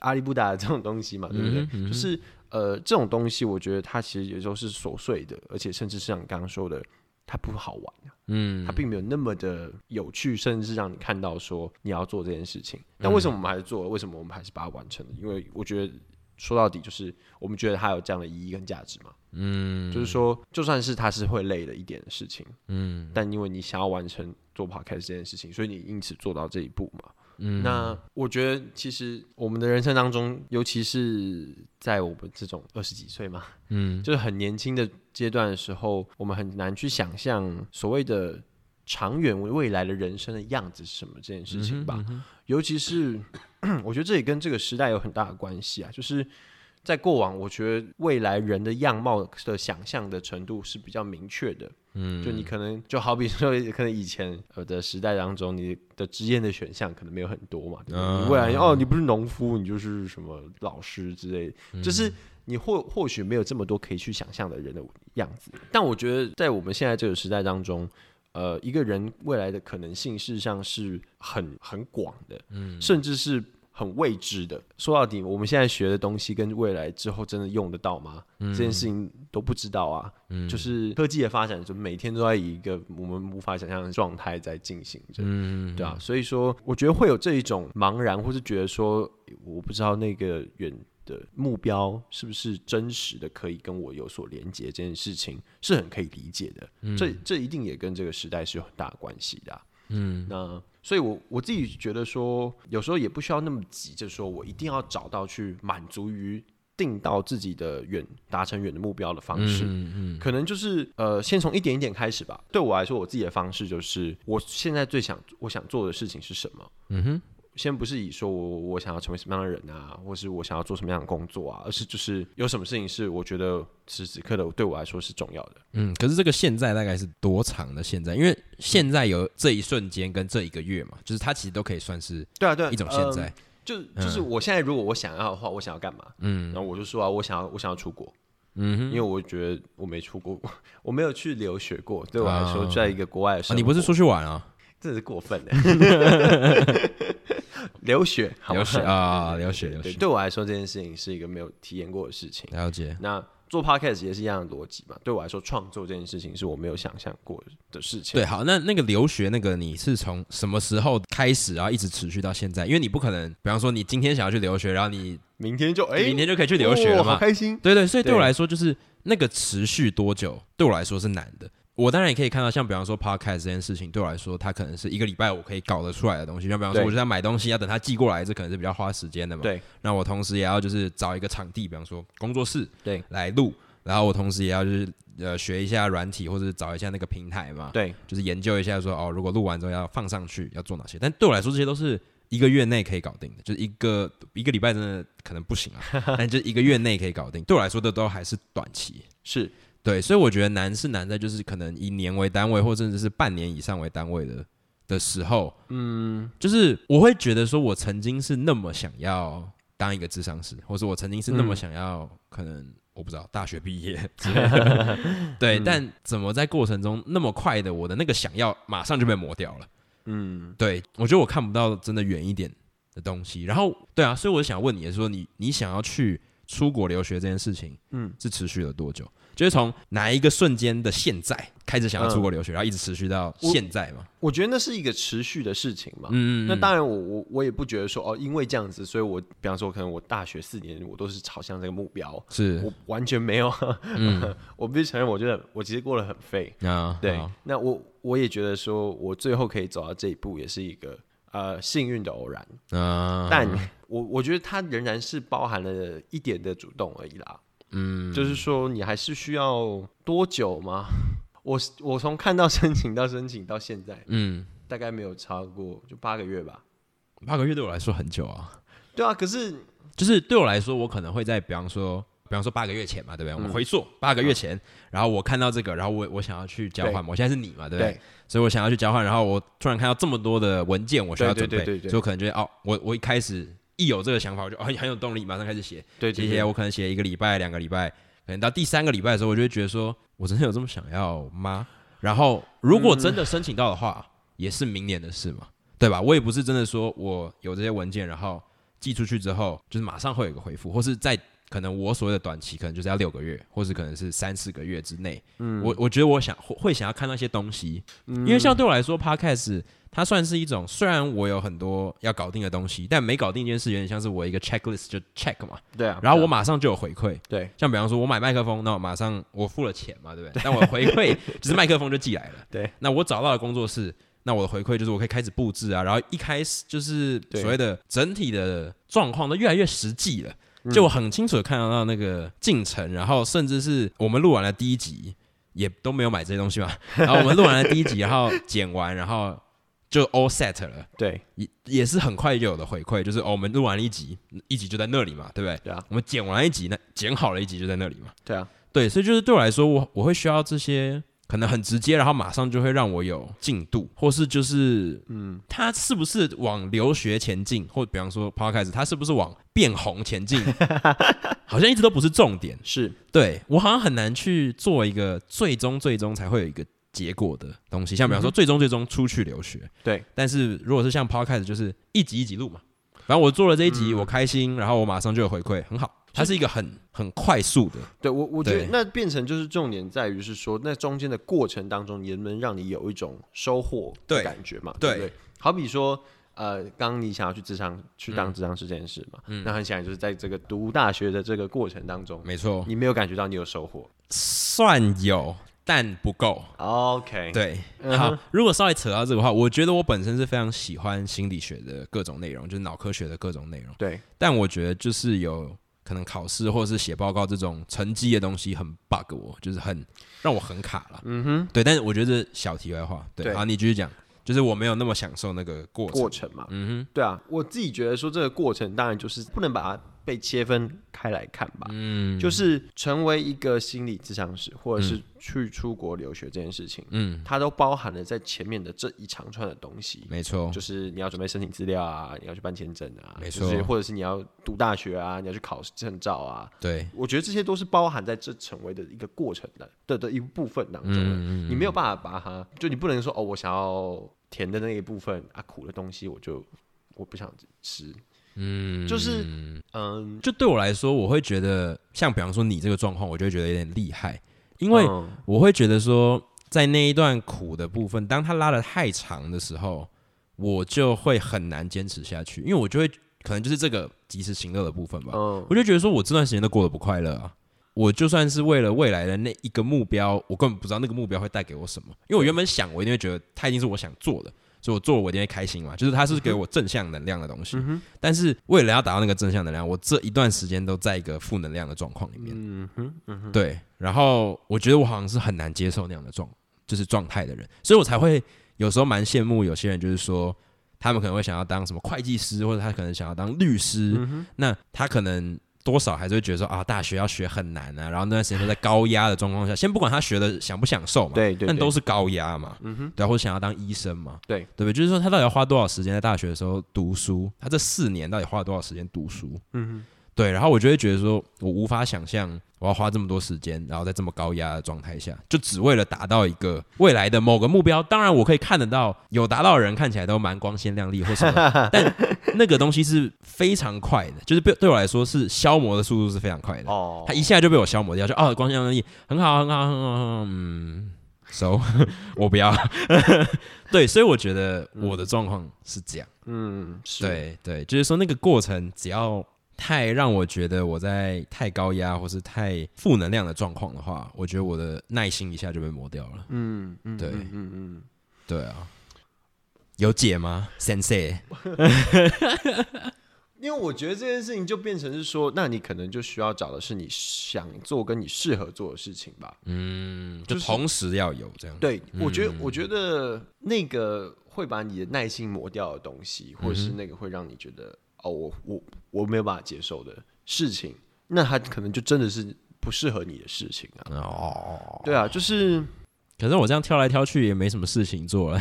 S2: 阿里不达这种东西嘛，对不对？就是呃，这种东西我觉得它其实有时候是琐碎的，而且甚至是像你刚刚说的，它不好玩啊、
S1: 嗯
S2: 它并没有那么的有趣，甚至是让你看到说你要做这件事情。但为什么我们还是做了？为什么我们还是把它完成了？因为我觉得说到底就是我们觉得它有这样的意义跟价值嘛。嗯，就是说，就算是它是会累的一点的事情，嗯，但因为你想要完成做 podcast 这件事情，所以你因此做到这一步嘛。嗯，那我觉得其实我们的人生当中，尤其是在我们这种二十几岁嘛，嗯，就是很年轻的阶段的时候，我们很难去想象所谓的长远未来的人生的样子是什么这件事情吧。尤其是 我觉得这也跟这个时代有很大的关系啊，就是在过往，我觉得未来人的样貌的想象的程度是比较明确的。嗯，就你可能就好比说，可能以前呃的时代当中，你的职业的选项可能没有很多嘛。对不对
S1: 嗯
S2: 你未来哦，你不是农夫，你就是什么老师之类的，就是你或或许没有这么多可以去想象的人的样子。但我觉得在我们现在这个时代当中，呃，一个人未来的可能性事实上是很很广的，嗯，甚至是很未知的。说到底，我们现在学的东西跟未来之后真的用得到吗？这件事情都不知道啊。嗯，就是科技的发展，就每天都在以一个我们无法想象的状态在进行着，嗯，对啊。所以说，我觉得会有这一种茫然，或是觉得说，我不知道那个远。的目标是不是真实的，可以跟我有所连接，这件事情是很可以理解的。这这一定也跟这个时代是有很大的关系的啊、那所以我，我自己觉得说，有时候也不需要那么急着说，我一定要找到去满足于定到自己的远达成远的目标的方式。嗯嗯可能就是呃，先从一点一点开始吧。对我来说，我自己的方式就是，我现在最想我想做的事情是什么？嗯哼。先不是以说我我想要成为什么样的人啊，或是我想要做什么样的工作啊，而是就是有什么事情是我觉得此时此刻的对我来说是重要的。
S1: 嗯，可是这个现在大概是多长的现在？因为现在有这一瞬间跟这一个月嘛，就是它其实都可以算是
S2: 对啊，对啊，
S1: 一种现在。嗯
S2: 呃就就是我现在如果我想要的话，我想要干嘛？嗯，然后我就说啊，我想要我想要出国。嗯因为我觉得我没出国， 我没有去留学过，对我来说，在一个国外的
S1: 啊
S2: 生活、
S1: 你不是出去玩啊？
S2: 真的是过分的， 留学 好吗
S1: 流血啊，流血流
S2: 对，
S1: 血，
S2: 对我来说这件事情是一个没有体验过的事情。
S1: 了解。
S2: 那做 podcast 也是一样的逻辑嘛，对我来说，创作这件事情是我没有想象过的事情。
S1: 对，好，那那个留学那个你是从什么时候开始，然后一直持续到现在？因为你不可能，比方说你今天想要去留学，然后你
S2: 明天就哎，
S1: 明天就可以去留学了
S2: 哦好
S1: 嘛？
S2: 开心。
S1: 对对，所以对我
S2: 对
S1: 来说，就是那个持续多久，对我来说是难的。我当然也可以看到，像比方说 podcast 这件事情，对我来说，它可能是一个礼拜我可以搞得出来的东西。像比方说，
S2: 对
S1: 我就在买东西，要啊等它寄过来，这可能是比较花时间的嘛。。
S2: 对
S1: 那我同时也要就是找一个场地，比方说工作室
S2: 对
S1: 来录，然后我同时也要就是呃学一下软体，或者是找一下那个平台嘛。
S2: 对，
S1: 就是研究一下说哦，如果录完之后要放上去要做哪些。但对我来说，这些都是一个月内可以搞定的，就是一个一个礼拜真的可能不行啊，但就是一个月内可以搞定。对我来说，这都还是短期。
S2: 是
S1: 对，所以我觉得难是难在就是可能以年为单位，或甚至是半年以上为单位的的时候，嗯，就是我会觉得说，我曾经是那么想要当一个智商师，或者我曾经是那么想要，可能我不知道大学毕 业之类的，对，但怎么在过程中那么快的，我的那个想要马上就被磨掉了，嗯，对我觉得我看不到真的远一点的东西，然后对啊，所以我想问你，说你你想要去出国留学这件事情，嗯，是持续了多久？就是从哪一个瞬间的现在开始想要出国留
S2: 嗯
S1: 学，然后一直持续到现在嘛？
S2: 我觉得那是一个持续的事情嘛。
S1: 嗯，
S2: 那当然我，我我也不觉得说哦，因为这样子，所以我比方说，可能我大学四年我都是朝向这个目标，
S1: 是
S2: 我完全没有。
S1: 嗯
S2: 我必须承认，我觉得我其实过得很废。
S1: 啊，
S2: 对
S1: 好，
S2: 那我我也觉得说，我最后可以走到这一步，也是一个呃幸运的偶然。
S1: 啊，
S2: 但我我觉得它仍然是包含了一点的主动而已啦。嗯，就是说你还是需要多久吗？我我从看到申请到申请到现在，
S1: 嗯，
S2: 大概没有超过就八个月吧。
S1: 八个月对我来说很久啊，
S2: 对啊，可是
S1: 就是对我来说，我可能会在比方说。比方说八个月前嘛，对不对？我
S2: 嗯
S1: 们回溯八个月前，然后我看到这个，然后我我想要去交换嘛，我现在是你嘛，对不对？
S2: 对
S1: 所以我想要去交换，然后我突然看到这么多的文件，我需要
S2: 对
S1: 准备，
S2: 对对对对
S1: 所以我可能就会哦，我我一开始一有这个想法，我就哦很有动力，马上开始写，
S2: 对
S1: 写
S2: 对
S1: 一写，
S2: 对
S1: 我可能写一个礼拜、两个礼拜，可能到第三个礼拜的时候，我就会觉得说，我真的有这么想要吗？然后如果真
S2: 嗯
S1: 的申请到的话，也是明年的事嘛，对吧？我也不是真的说我有这些文件，然后寄出去之后，就是马上会有一个回复，或是在可能我所谓的短期，可能就是要六个月，或是可能是三四个月之内。嗯，我我觉得我想会会想要看到一些东西，
S2: 嗯
S1: 因为像对我来说，podcast 它算是一种，虽然我有很多要搞定的东西，但没搞定一件事，有点像是我一个 checklist 就 check 嘛，
S2: 对啊，
S1: 然后我
S2: 对啊
S1: 马上就有回馈。
S2: 对
S1: 像比方说，我买麦克风，那我马上我付了钱嘛， 对不对？但我回馈就是麦克风就寄来了。
S2: 对，
S1: 那我找到了工作室，那我的回馈就是我可以开始布置啊，然后一开始就是
S2: 对
S1: 所谓的整体的状况都越来越实际了，
S2: 嗯
S1: 就我很清楚的看得到那个进程，然后甚至是我们录完了第一集也都没有买这些东西嘛，然后我们录完了第一集，然后剪完，然后就 all set 了。
S2: 对
S1: 也也是很快就有的回馈，就是、哦、我们录完了一集，一集就在那里嘛，对不对？
S2: 对啊
S1: 我们剪完一集，那剪好了一集就在那里嘛。
S2: 对啊，
S1: 对，所以就是对我来说，我我会需要这些可能很直接，然后马上就会让我有进度，或是就是嗯，他是不是往留学前进，或比方说 podcast，他是不是往变红前进， 好像一直都不是重点。
S2: 是
S1: 对我好像很难去做一个最终最终才会有一个结果的东西，像比方说最终最终出去留学，
S2: 对。
S1: 但是如果是像 podcast，就是一集一集录嘛，反正我做了这一集，我开心，然后我马上就有回馈，很好。它嗯是一个很很快速的，
S2: 对我，我觉得
S1: 对
S2: 那变成就是重点在于是说，那中间的过程当中，你能不能让你有一种收获的
S1: 对
S2: 感觉嘛？
S1: 对
S2: 对不对，好比说，呃，刚刚你想要去职场去当
S1: 嗯
S2: 职场师这件事嘛，那很显然就是在这个读大学的这个过程当中，
S1: 没错，
S2: 你没有感觉到你有收获。
S1: 算有，但不够。
S2: OK，
S1: 对，好，如果稍微扯到这个话，我觉得我本身是非常喜欢心理学的各种内容，就是脑科学的各种内容。
S2: 对
S1: 但我觉得就是有可能考试或者是写报告这种成绩的东西很 bug 我，就是很让我很卡了。嗯哼，对。但是我觉得这小题外话，对，
S2: 对
S1: 好，你继续讲。就是我没有那么享受那个过程。
S2: 过程嘛。嗯哼，对啊，我自己觉得说这个过程当然就是不能把它被切分开来看吧。嗯，就是成为一个心理咨商师，或者是去出国留学这件事情，
S1: 嗯，
S2: 它都包含了在前面的这一长串的东西。
S1: 没错，
S2: 就是你要准备申请资料啊，你要去办签证啊，
S1: 哦没
S2: 就是
S1: 错
S2: 或者是你要读大学啊，你要去考证照啊，
S1: 对，
S2: 我觉得这些都是包含在这成为的一个过程的的的一部分当中的。
S1: 嗯
S2: 你没有办法把它，就你不能说哦，我想要甜的那一部分啊，苦的东西我就我不想吃。嗯，就是嗯，
S1: 就对我来说，我会觉得像比方说你这个状况，我就会觉得有点厉害，因为
S2: 嗯
S1: 我会觉得说，在那一段苦的部分，当他拉的太长的时候，我就会很难坚持下去，因为我就会可能就是这个及时行乐的部分吧，
S2: 嗯
S1: 我就觉得说我这段时间都过得不快乐啊。我就算是为了未来的那一个目标，我根本不知道那个目标会带给我什么，因为我原本想我一定会觉得它一定是我想做的，所以我做了我一定会开心嘛，就是它是给我正向能量的东西。但是为了要达到那个正向能量，我这一段时间都在一个负能量的状况里面。
S2: 嗯哼嗯哼，
S1: 对，然后我觉得我好像是很难接受那样的状，就是状态的人，所以我才会有时候蛮羡慕有些人，就是说他们可能会想要当什么会计师，或者他可能想要当律师，
S2: 嗯
S1: 那他可能。多少还是会觉得说啊，大学要学很难啊，然后那段时间都在高压的状况下，先不管他学的享不享受嘛，
S2: 对对
S1: 但
S2: 对
S1: 都是高压嘛，嗯哼，对啊，或者想要当医生嘛，
S2: 对
S1: 对不对？就是说他到底要花多少时间在大学的时候读书，他这四年到底花了多少时间读书，
S2: 嗯
S1: 对，然后我就会觉得说，我无法想象我要花这么多时间，然后在这么高压的状态下，就只为了达到一个未来的某个目标。当然，我可以看得到有达到的人看起来都蛮光鲜亮丽或什 么，但那个东西是非常快的，就是对对我来说是消磨的速度是非常快
S2: 哼，
S1: 的。
S2: 哦
S1: 它，一下就被我消磨掉，就哦，光鲜亮丽，很好，很好，很好，很好嗯，so 我不要。对，所以我觉得我的状况是这样。
S2: 嗯，是，
S1: 对对，嗯就是说那个过程，只要太让我觉得我在太高压或是太负能量的状况的话，我觉得我的耐心一下就被磨掉了。
S2: 嗯嗯，
S1: 对
S2: 嗯嗯嗯，
S1: 对啊，有解吗，Sensei？
S2: 因为我觉得这件事情就变成是说，那你可能就需要找的是你想做跟你适合做的事情吧。
S1: 嗯，
S2: 就
S1: 就是同时要有这样。
S2: 对，我
S1: 嗯
S2: 觉得，我觉得那个会把你的耐心磨掉的东西，或者
S1: 嗯
S2: 是那个会让你觉得哦，我我我没有办法接受的事情，那它可能就真的是不适合你的事情啊。
S1: 哦，
S2: 对啊，就是
S1: 可是我这样挑来挑去也没什么事情做了。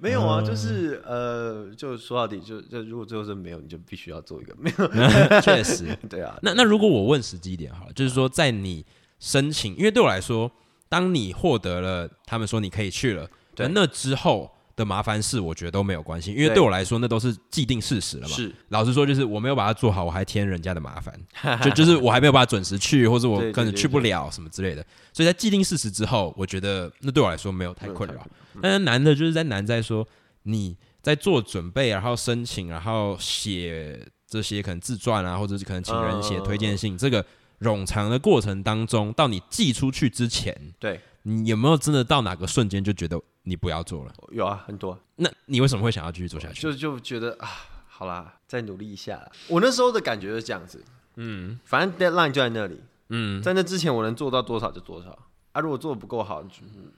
S2: 没有啊，
S1: 嗯
S2: 就是呃，就说到底，就就如果最后是没有，你就必须要做一个没有。
S1: 确实，
S2: 对啊，
S1: 那那如果我问实际一点好了，就是说在你申请，因为对我来说，当你获得了他们说你可以去了，
S2: 对
S1: 那那之后的麻烦事，我觉得都没有关系，因为
S2: 对
S1: 对我来说那都是既定事实了嘛。
S2: 是
S1: 老实说，就是我没有把它做好，我还添人家的麻烦， 就就是我还没有把它准时去，或者我
S2: 对对
S1: 可能
S2: 对
S1: 去不了什么之类的。所以在既定事实之后，我觉得那对我来说没有太困扰。
S2: 嗯
S1: 但是难的就是在难在说你在做准备，然后申请，然后写这些可能自传啊，或者是可能请人写
S2: 嗯
S1: 推荐信，这个冗长的过程当中，到你寄出去之前，
S2: 对，
S1: 你有没有真的到哪个瞬间就觉得你不要做了？
S2: 有啊，很多啊。
S1: 那你为什么会想要继续做下去？
S2: 就就觉得啊，好啦，再努力一下啦。我那时候的感觉是这样子，嗯，反正 deadline 就在那里，嗯，在那之前我能做到多少就多少啊，如果做的不够好，就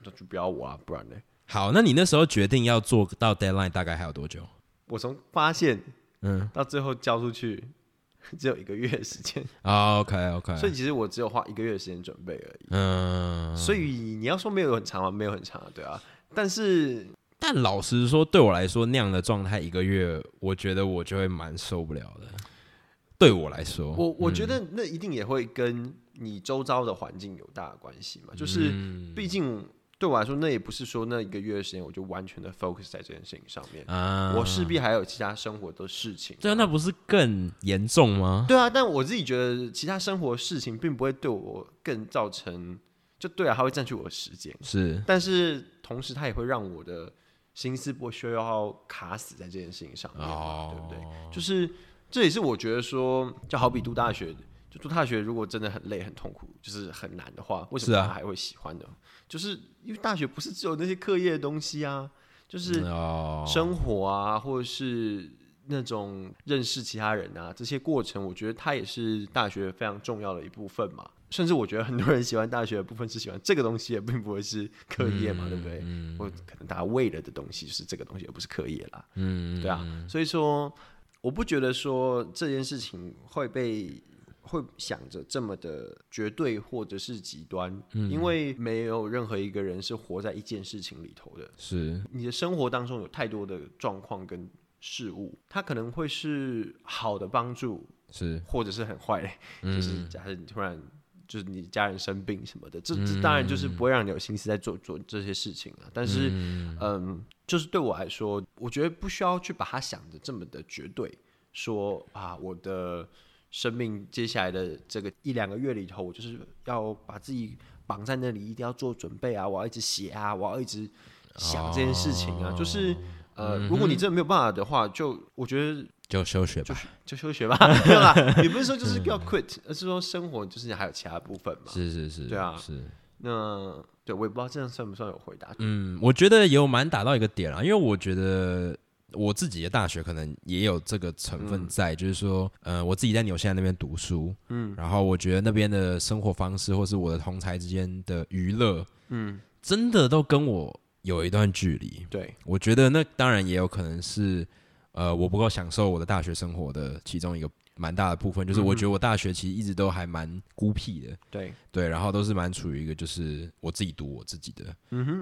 S2: 那就不要我啊，不然呢，
S1: 好，那你那时候决定要做到 deadline 大概还有多久？
S2: 我从发现
S1: 嗯
S2: 到最后交出去。 只有一个月的时间，
S1: ，OK OK，
S2: 所以其实我只有花一个月的时间准备而已。
S1: 哎嗯，
S2: 所以你要说没有很长啊，没有很长啊，对啊。但是
S1: 但老实说，对我来说那样的状态一个月，我觉得我就会蛮受不了的。对我来说，
S2: 我我
S1: 嗯
S2: 觉得那一定也会跟你周遭的环境有大的关系嘛，就是
S1: 嗯
S2: 毕竟对我来说，那也不是说那一个月的时间我就完全的 focus 在这件事情上面，
S1: 啊，
S2: 我势必还有其他生活的事情。
S1: 对啊，那不是更严重吗？
S2: 对啊，但我自己觉得其他生活的事情并不会对我更造成，就对啊，它会占据我的时间，
S1: 是，
S2: 但是同时它也会让我的心思不需要卡死在这件事情上面嘛，
S1: 哦
S2: 对不对？就是这也是我觉得说，就好比读大学，就读大学如果真的很累很痛苦，就是很难的话，为什
S1: 是
S2: 么
S1: 啊
S2: 他还会喜欢呢？就是因为大学不是只有那些课业的东西啊，就是
S1: 哦，
S2: 生活啊，或者是那种认识其他人啊，这些过程，我觉得它也是大学非常重要的一部分嘛。甚至我觉得很多人喜欢大学的部分是喜欢这个东西，也并不会是课业嘛，对不对？我可能大家为了的东西就是这个东西，而不是课业啦。
S1: 嗯，
S2: 对啊，所以说我不觉得说这件事情会被会想着这么的绝对或者是极端，
S1: 嗯
S2: 因为没有任何一个人是活在一件事情里头的。
S1: 是，
S2: 你的生活当中有太多的状况跟事物，它可能会是好的帮助，
S1: 是，
S2: 或者是很坏的，就是假设你突然。就是你家人生病什么的，这这当然就是不会让你有心思在做做这些事情啊了。但是，嗯，就是对我来说，我觉得不需要去把它想的这么的绝对，说啊，我的生命接下来的这个一两个月里头，我就是要把自己绑在那里，一定要做准备啊，我要一直写啊，我要一直想这件事情啊。就是呃，如果你真的没有办法的话，就我觉得
S1: 就休学吧。
S2: 就休学吧， 没有啦，也不是说
S1: 嗯
S2: 就是要 quit，而是说生活就是还有其他部分嘛。
S1: 是是是，
S2: 对啊
S1: 是。
S2: 那对我也不知道这样算不算有回答，
S1: 嗯，我觉得也有蛮打到一个点啦，因为我觉得我自己的大学可能也有这个成分在，就是说，呃，我自己在纽西兰那边读书，嗯，然后我觉得那边的生活方式，或是我的同才之间的娱乐，嗯，真的都跟我有一段距离。
S2: 对，
S1: 我觉得那当然也有可能是，呃，我不够享受我的大学生活的其中一个蛮大的部分，就是我觉得我大学其实一直都还蛮孤僻的，
S2: 对，
S1: 对，然后都是蛮处于一个就是我自己读我自己的，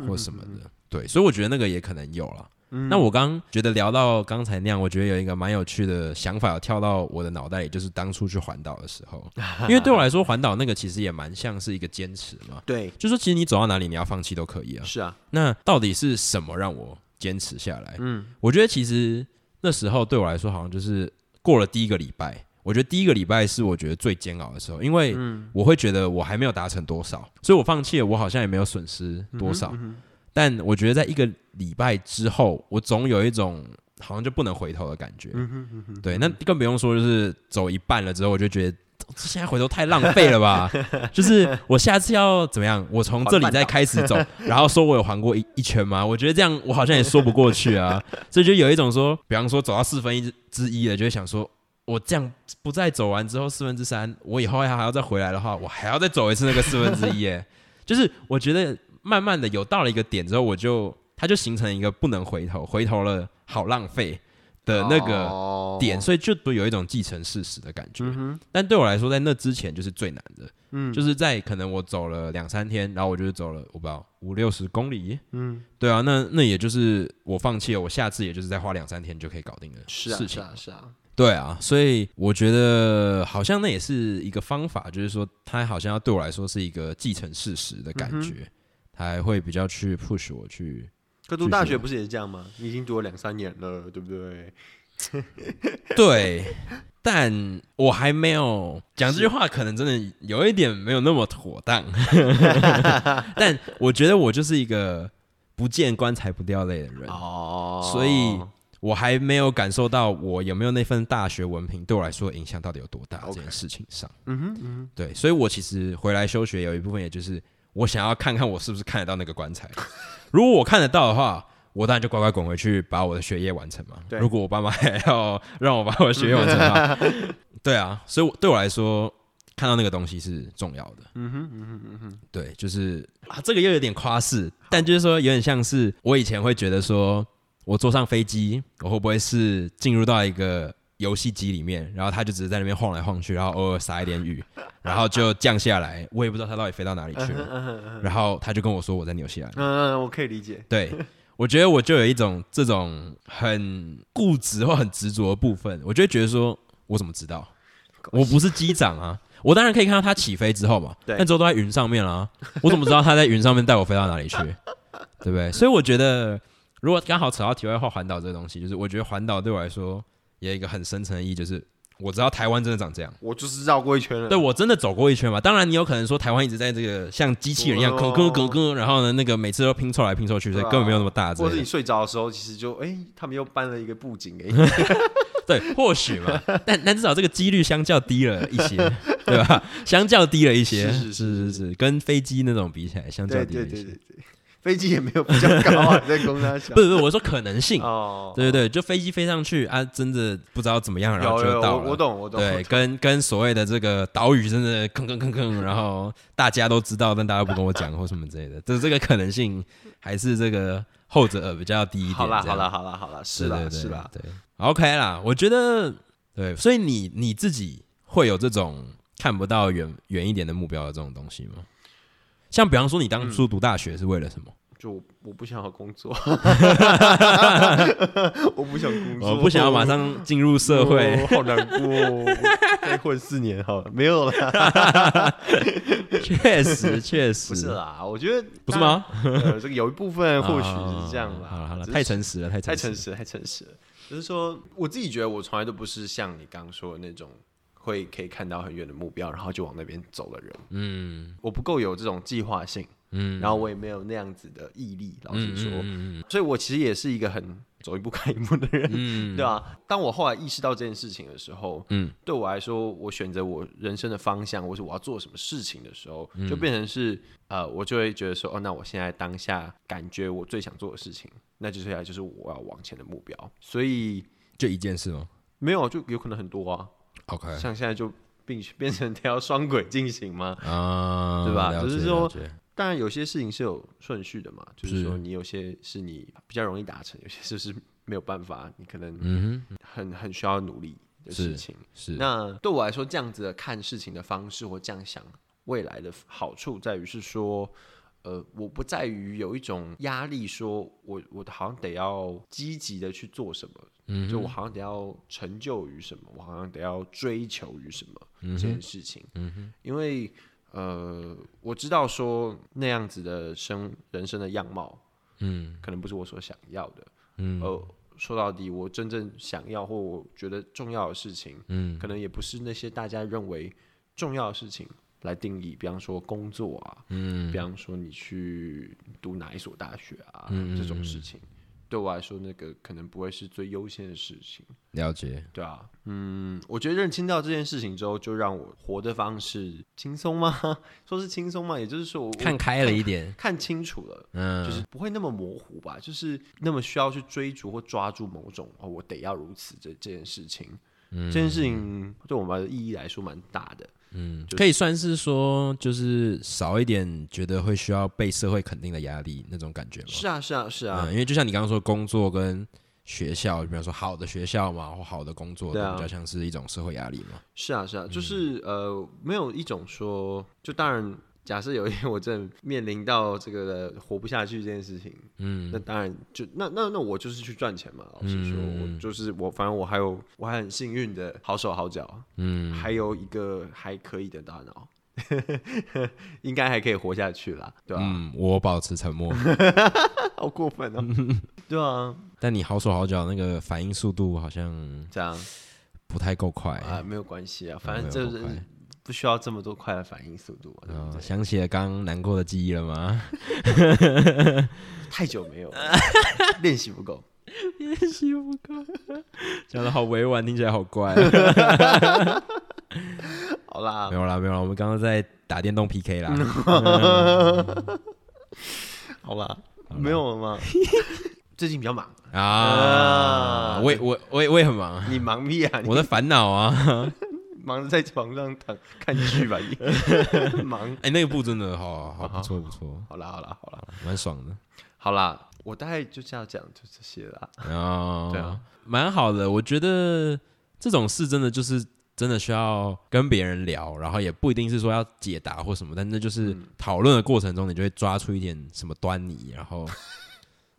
S1: 或什么的，对，所以我觉得那个也可能有了。那我刚觉得聊到刚才那样，我觉得有一个蛮有趣的想法，有跳到我的脑袋里，就是当初去环岛的时候，因为对我来说，环岛那个其实也蛮像是一个坚持嘛，
S2: 对，
S1: 就说其实你走到哪里，你要放弃都可以啊。
S2: 是啊，
S1: 那到底是什么让我坚持下来？嗯，我觉得其实那时候对我来说，好像就是过了第一个礼拜，我觉得第一个礼拜是我觉得最煎熬的时候，因为我会觉得我还没有达成多少，所以我放弃了，我好像也没有损失多少。但我觉得在一个礼拜之后，我总有一种好像就不能回头的感觉。对，那更不用说就是走一半了之后，我就觉得。这现在回头太浪费了吧！就是我下次要怎么样？我从这里再开始走，然后说我有环过一一圈吗？我觉得这样我好像也说不过去啊。所以就有一种说，比方说走到四分一之一了，就会想说，我这样不再走完之后四分之三，我以后还还要再回来的话，我还要再走一次那个四分之一耶。 就是我觉得慢慢的有到了一个点之后，我就它就形成一个不能回头，回头了好浪费的呃那个
S2: 哦嗯
S1: 点，所以就都有一种既成事实的感觉。但对我来说，在那之前就是最难的，就是在可能我走了两三天，然后我就是走了我不知道五六十公里，嗯，对啊，那那也就是我放弃了，我下次也就是再花两三天就可以搞定的
S2: 是啊，
S1: 事
S2: 是
S1: 情，
S2: 啊，是啊，
S1: 对啊，所以我觉得好像那也是一个方法，就是说它好像要对我来说是一个既成事实的感觉，它还会比较去 push 我去。
S2: 可读大学不是也是这样吗？你已经读了两三年了，对不对？
S1: 对，但我还没有讲这句话，可能真的有一点没有那么妥当。 但我觉得我就是一个不见棺材不掉泪的人，
S2: 哦
S1: 所以我还没有感受到我有没有那份大学文凭对我来说影响到底有多大
S2: OK
S1: 这件事情上。
S2: 嗯哼，嗯
S1: 对，所以我其实回来休学有一部分，也就是我想要看看我是不是看得到那个棺 材。如果我看得到的话，我当然就乖乖滚回去把我的学业完成嘛。
S2: 对
S1: 如果我爸妈还要让我把我的学业完成的话，对啊，所以我对我来说，看到那个东西是重要的。嗯哼，嗯哼，嗯哼，对，就是啊，这个又有点夸饰，但就是说有点像是我以前会觉得说，我坐上飞机，我会不会是进入到一个游戏机里面，然后它就只是在那边晃来晃去，然后偶尔洒一点雨，然后就降下来，我也不知道它到底飞到哪里去 了，然后他就跟我说我在纽西兰。
S2: 嗯，我可以理解，
S1: 对，我觉得我就有一种这种很固执或很执着的部分，我就会觉得说，我怎么知道？我不是机长啊，我当然可以看到它起飞之后嘛，
S2: 对
S1: 但之后都在云上面啦、我怎么知道它在云上面带我飞到哪里去？对不对？所以我觉得，如果刚好扯到题外话，环岛这个东西，就是我觉得环岛对我来说也有一个很深层的意义，就是我知道台湾真的长这样。
S2: 我就是绕过一圈了。
S1: 对我真的走过一圈嘛？当然，你有可能说台湾一直在这个像机器人一样咯咯咯咯，然后呢，那个每次都拼凑来拼凑去，所以
S2: 哦对啊
S1: 根本没有那么大之类
S2: 或
S1: 的。
S2: 者你睡着的时候，其实就哎、他们又搬了一个布景哎给 你。
S1: 对，或许 嘛，但但至少这个几率相较低了一些，对吧？相较低了一些，
S2: 是是
S1: 是
S2: 是
S1: 是跟飞机那种比起来，相较
S2: 对
S1: 低了
S2: 对
S1: 一些。
S2: 对对对，飞机也没有比较高啊，在公山 小
S1: 不是不是，我说可能性，
S2: 哦，
S1: 对对对，就飞机飞上去啊，真的不知道怎么样，然后
S2: 有有
S1: 就
S2: 有，
S1: 到
S2: 我
S1: 了。
S2: 我懂我懂，
S1: 对，跟跟所谓的这个岛屿真的吭吭吭吭，然后大家都知道，但大家不跟我讲或什么之类的，这这个可能性还是这个后者比较低一点。
S2: 好啦
S1: 这样
S2: 好啦，好啦好啦，是
S1: 对
S2: 啦
S1: 对对
S2: 是啦，
S1: 对，OK 啦，我觉得对，所以你你自己会有这种看不到远远一点的目标的这种东西吗？像比方说，你
S2: 嗯
S1: 当初读大学是为了什么？
S2: 就我我不想要工作， 我不想工作，
S1: 我不想要马上进入社会，
S2: 哦好难过哦，我再混四年好了，没有啦，
S1: 确 实确实
S2: 不是啦，我觉得
S1: 不是？吗？
S2: 呃这个有一部分或许是这样
S1: 啊
S2: 吧。
S1: 好了好了，
S2: 只是
S1: 太诚实了，太
S2: 太
S1: 诚
S2: 诚
S1: 实
S2: 实，太诚实了。就是说，我自己觉得我从来都不是像你刚刚说的那种会可以看到很远的目标，然后就往那边走的人。
S1: 嗯
S2: 我不够有这种计划性，
S1: 嗯，
S2: 然后我也没有那样子的毅力。老实说，
S1: 嗯嗯
S2: 所以我其实也是一个很走一步看一步的人， 对吧、当我后来意识到这件事情的时候，
S1: 嗯
S2: 嗯，对我来说，我选择我人生的方向，或是我要做什么事情的时候，
S1: 嗯
S2: 就变成是呃，我就会觉得说，哦，那我现在当下感觉我最想做的事情，那就是来就是我要往前的目标。所以
S1: 就一件事吗
S2: 没有，就有可能很多啊，
S1: ？OK
S2: 像现在就并变成条双轨进行嘛，
S1: 啊，
S2: 对吧
S1: 了解
S2: 就是说
S1: 了解
S2: 当然，有些事情是有顺序的嘛，就是
S1: 是
S2: 说你有些是你比较容易达成，有些就是没有办法，你可能
S1: 嗯哼，
S2: 很很需要努力的事情。
S1: 是
S2: 那对我来说，这样子的看事情的方式或这样想未来的好处在于是说，呃，我不在于有一种压力说，我我好像得要积极的去做什么，
S1: 嗯
S2: 就我好像得要成就于什么，我好像得要追求于什么、这件事情，嗯、因为呃，我知道说那样子的生人生的样貌，
S1: 嗯
S2: 可能不是我所想要的，
S1: 嗯
S2: 呃，说到底，我真正想要或我觉得重要的事情，
S1: 嗯
S2: 可能也不是那些大家认为重要的事情来定义，比方说工作啊，
S1: 嗯
S2: 比方说你去读哪一所大学啊，
S1: 嗯
S2: 这种事情，对我来说，那个可能不会是最优先的事情。
S1: 了解，
S2: 对啊，嗯，我觉得认清到这件事情之后，就让我活的方式轻松吗？ 说是轻松吗？也就是说我，我
S1: 看开了一点，
S2: 看清楚了。
S1: 嗯，
S2: 就是不会那么模糊吧，就是那么需要去追逐或抓住某种哦，我得要如此这这件事情，这件事情对我们的意义来说蛮大的。
S1: 嗯，可以算是说，就是少一点觉得会需要被社会肯定的压力那种感觉吗？
S2: 是啊，是啊，是啊，
S1: 嗯，因为就像你刚刚说，工作跟学校，比方说好的学校嘛，或好的工作，
S2: 对啊
S1: 都比较像是一种社会压力嘛。
S2: 是啊，
S1: 嗯
S2: 是啊，就是、呃，没有一种说，就当然，假设有一天我真的面临到这个活不下去这件事情，嗯，那当然就那那那我就是去赚钱嘛。老实说，
S1: 嗯
S2: 我就是我，反正我还有我还很幸运的好手好脚，嗯，还有一个还可以的大脑。 应该还可以活下去啦，对吧、
S1: 嗯，我保持沉默，
S2: 好过分哦、 对啊，
S1: 但你好手好脚，那个反应速度好像
S2: 这样
S1: 不太够快。
S2: 啊，没有关系啊，反正
S1: 哎没有
S2: 这
S1: 够快
S2: 是不需要这么多快的反应速度啊，对不对
S1: 嗯，想起了刚刚难过的记忆了吗？
S2: 太久没有 了练习不够。
S1: 讲的好委婉，听起来好怪、
S2: 好啦
S1: 没，有啦，没有啦，我们刚刚在打电动 PK 啦。
S2: 好啦，没有了 吗？最近比较忙，
S1: 啊，
S2: 啊
S1: 我也我我也我也很忙，啊，
S2: 你忙屁啊！你
S1: 我的烦恼啊。
S2: 忙着在床上躺看剧吧，你忙。
S1: 哎，那个布真的好好不错不错，
S2: 好啦，好啦，好啦，
S1: 蛮爽的。
S2: 好啦，我大概就这样讲，就这些啦。
S1: 哦，
S2: 对啊，
S1: 蛮好的。我觉得这种事真的就是真的需要跟别人聊，然后也不一定是说要解答或什么，但那就是讨论的过程中，你就会抓出一点什么端倪，然后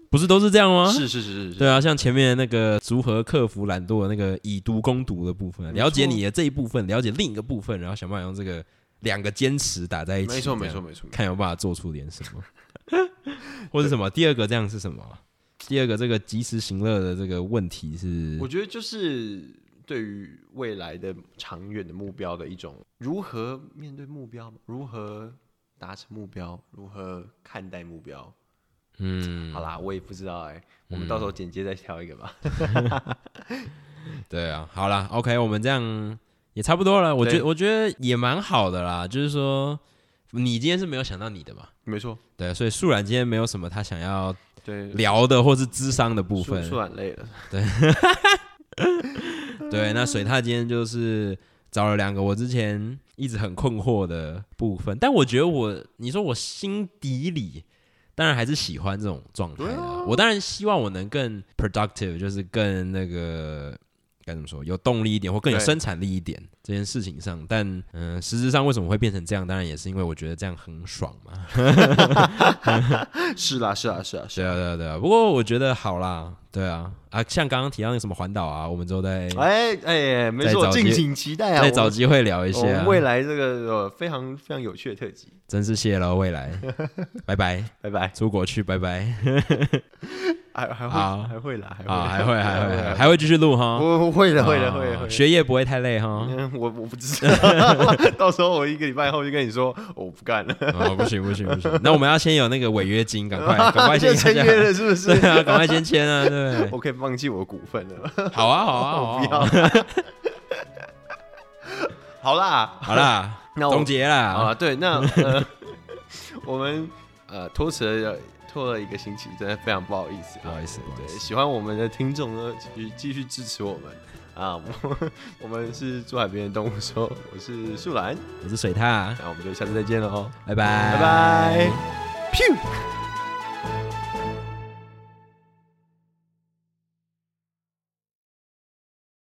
S1: 不是都是这样吗？
S2: 是是是是是，
S1: 对啊，像前面那个如何克服懒惰的那个以毒攻毒的部分，
S2: 没错
S1: 了解你的这一部分，了解另一个部分，然后想办法用这个两个坚持打在一起，
S2: 没错没
S1: 这
S2: 错
S1: 样，
S2: 没错。没错
S1: 看有办法做出点什么，或是什么。第二个这样是什么？第二个这个及时行乐的这个问题是
S2: 我觉得就是对于未来的长远的目标的一种如何面对目标，如何达成目标，如何看待目标。
S1: 嗯，
S2: 好啦，我也不知道哎、我们到时候简介再挑一个吧。
S1: 对啊，好啦 o k 我们这样也差不多了。我觉
S2: 对
S1: 我觉得也蛮好的啦，就是说，你今天是没有想到你的嘛？
S2: 没错，
S1: 对，所以素然今天没有什么他想要
S2: 对，
S1: 聊的或是智商的部
S2: 舒
S1: 分。
S2: 舒软累了，
S1: 对，那水獭今天就是找了两个我之前一直很困惑的部分，但我觉得我，你说我心底里当然还是喜欢这种状态的啊、我当然希望我能更 productive，就是更那个该怎么说，有动力一点或更有
S2: 对
S1: 生产力一点这件事情上。但嗯、呃实质上为什么会变成这样？当然也是因为我觉得这样很爽嘛。
S2: 是啦，是啦，是啦，是
S1: 对啊，对啊，对啊。不过我觉得好啦，对啊，啊，像刚刚提到那个什么环岛啊，我们之后再
S2: 啦。哎哎，没
S1: 再
S2: 错，
S1: 找
S2: 敬
S1: 机
S2: 请期待啊！
S1: 再
S2: 我
S1: 找
S2: 们
S1: 机会聊一
S2: 我
S1: 下啊
S2: 们。未来这个呃非常非常有趣的特辑，
S1: 真是谢了未 来，拜拜，
S2: 拜拜。
S1: 出国去，拜拜
S2: 还还
S1: 好
S2: 会还会啦，还会
S1: 啊，还会还会还会还会继续录哈，
S2: 我会的
S1: 啊
S2: 会的会的会的。
S1: 学业不会太累 哈，
S2: 嗯，我我不知道，到时候我一个礼拜后就跟你说我不干了，
S1: 哦不行不行不行，那我们要先有那个违约金， 赶快赶快
S2: 就
S1: 先
S2: 签
S1: 签
S2: 约了是不是
S1: 对？啊，赶快先签啊，对，
S2: 我可以放弃 我的股份了，
S1: 好啊好啊好
S2: 我
S1: 啊好
S2: 不要
S1: 啊，
S2: 了。好啦，
S1: 好啦，
S2: 那我
S1: 总结啊
S2: 好
S1: 啦，
S2: 啦，对，那呃， 我们呃拖迟了拖了一个星期，真的非常不好意思
S1: 不
S2: 啊
S1: 好。意思不好意
S2: 对
S1: 思，
S2: 喜欢我们的听众呢，继续继续支持我们啊！ 我我们是珠海边的动物说，我是树兰，
S1: 我是水獭，啊
S2: 那我们就下次再见了哦，
S1: 拜拜
S2: 拜拜，噗。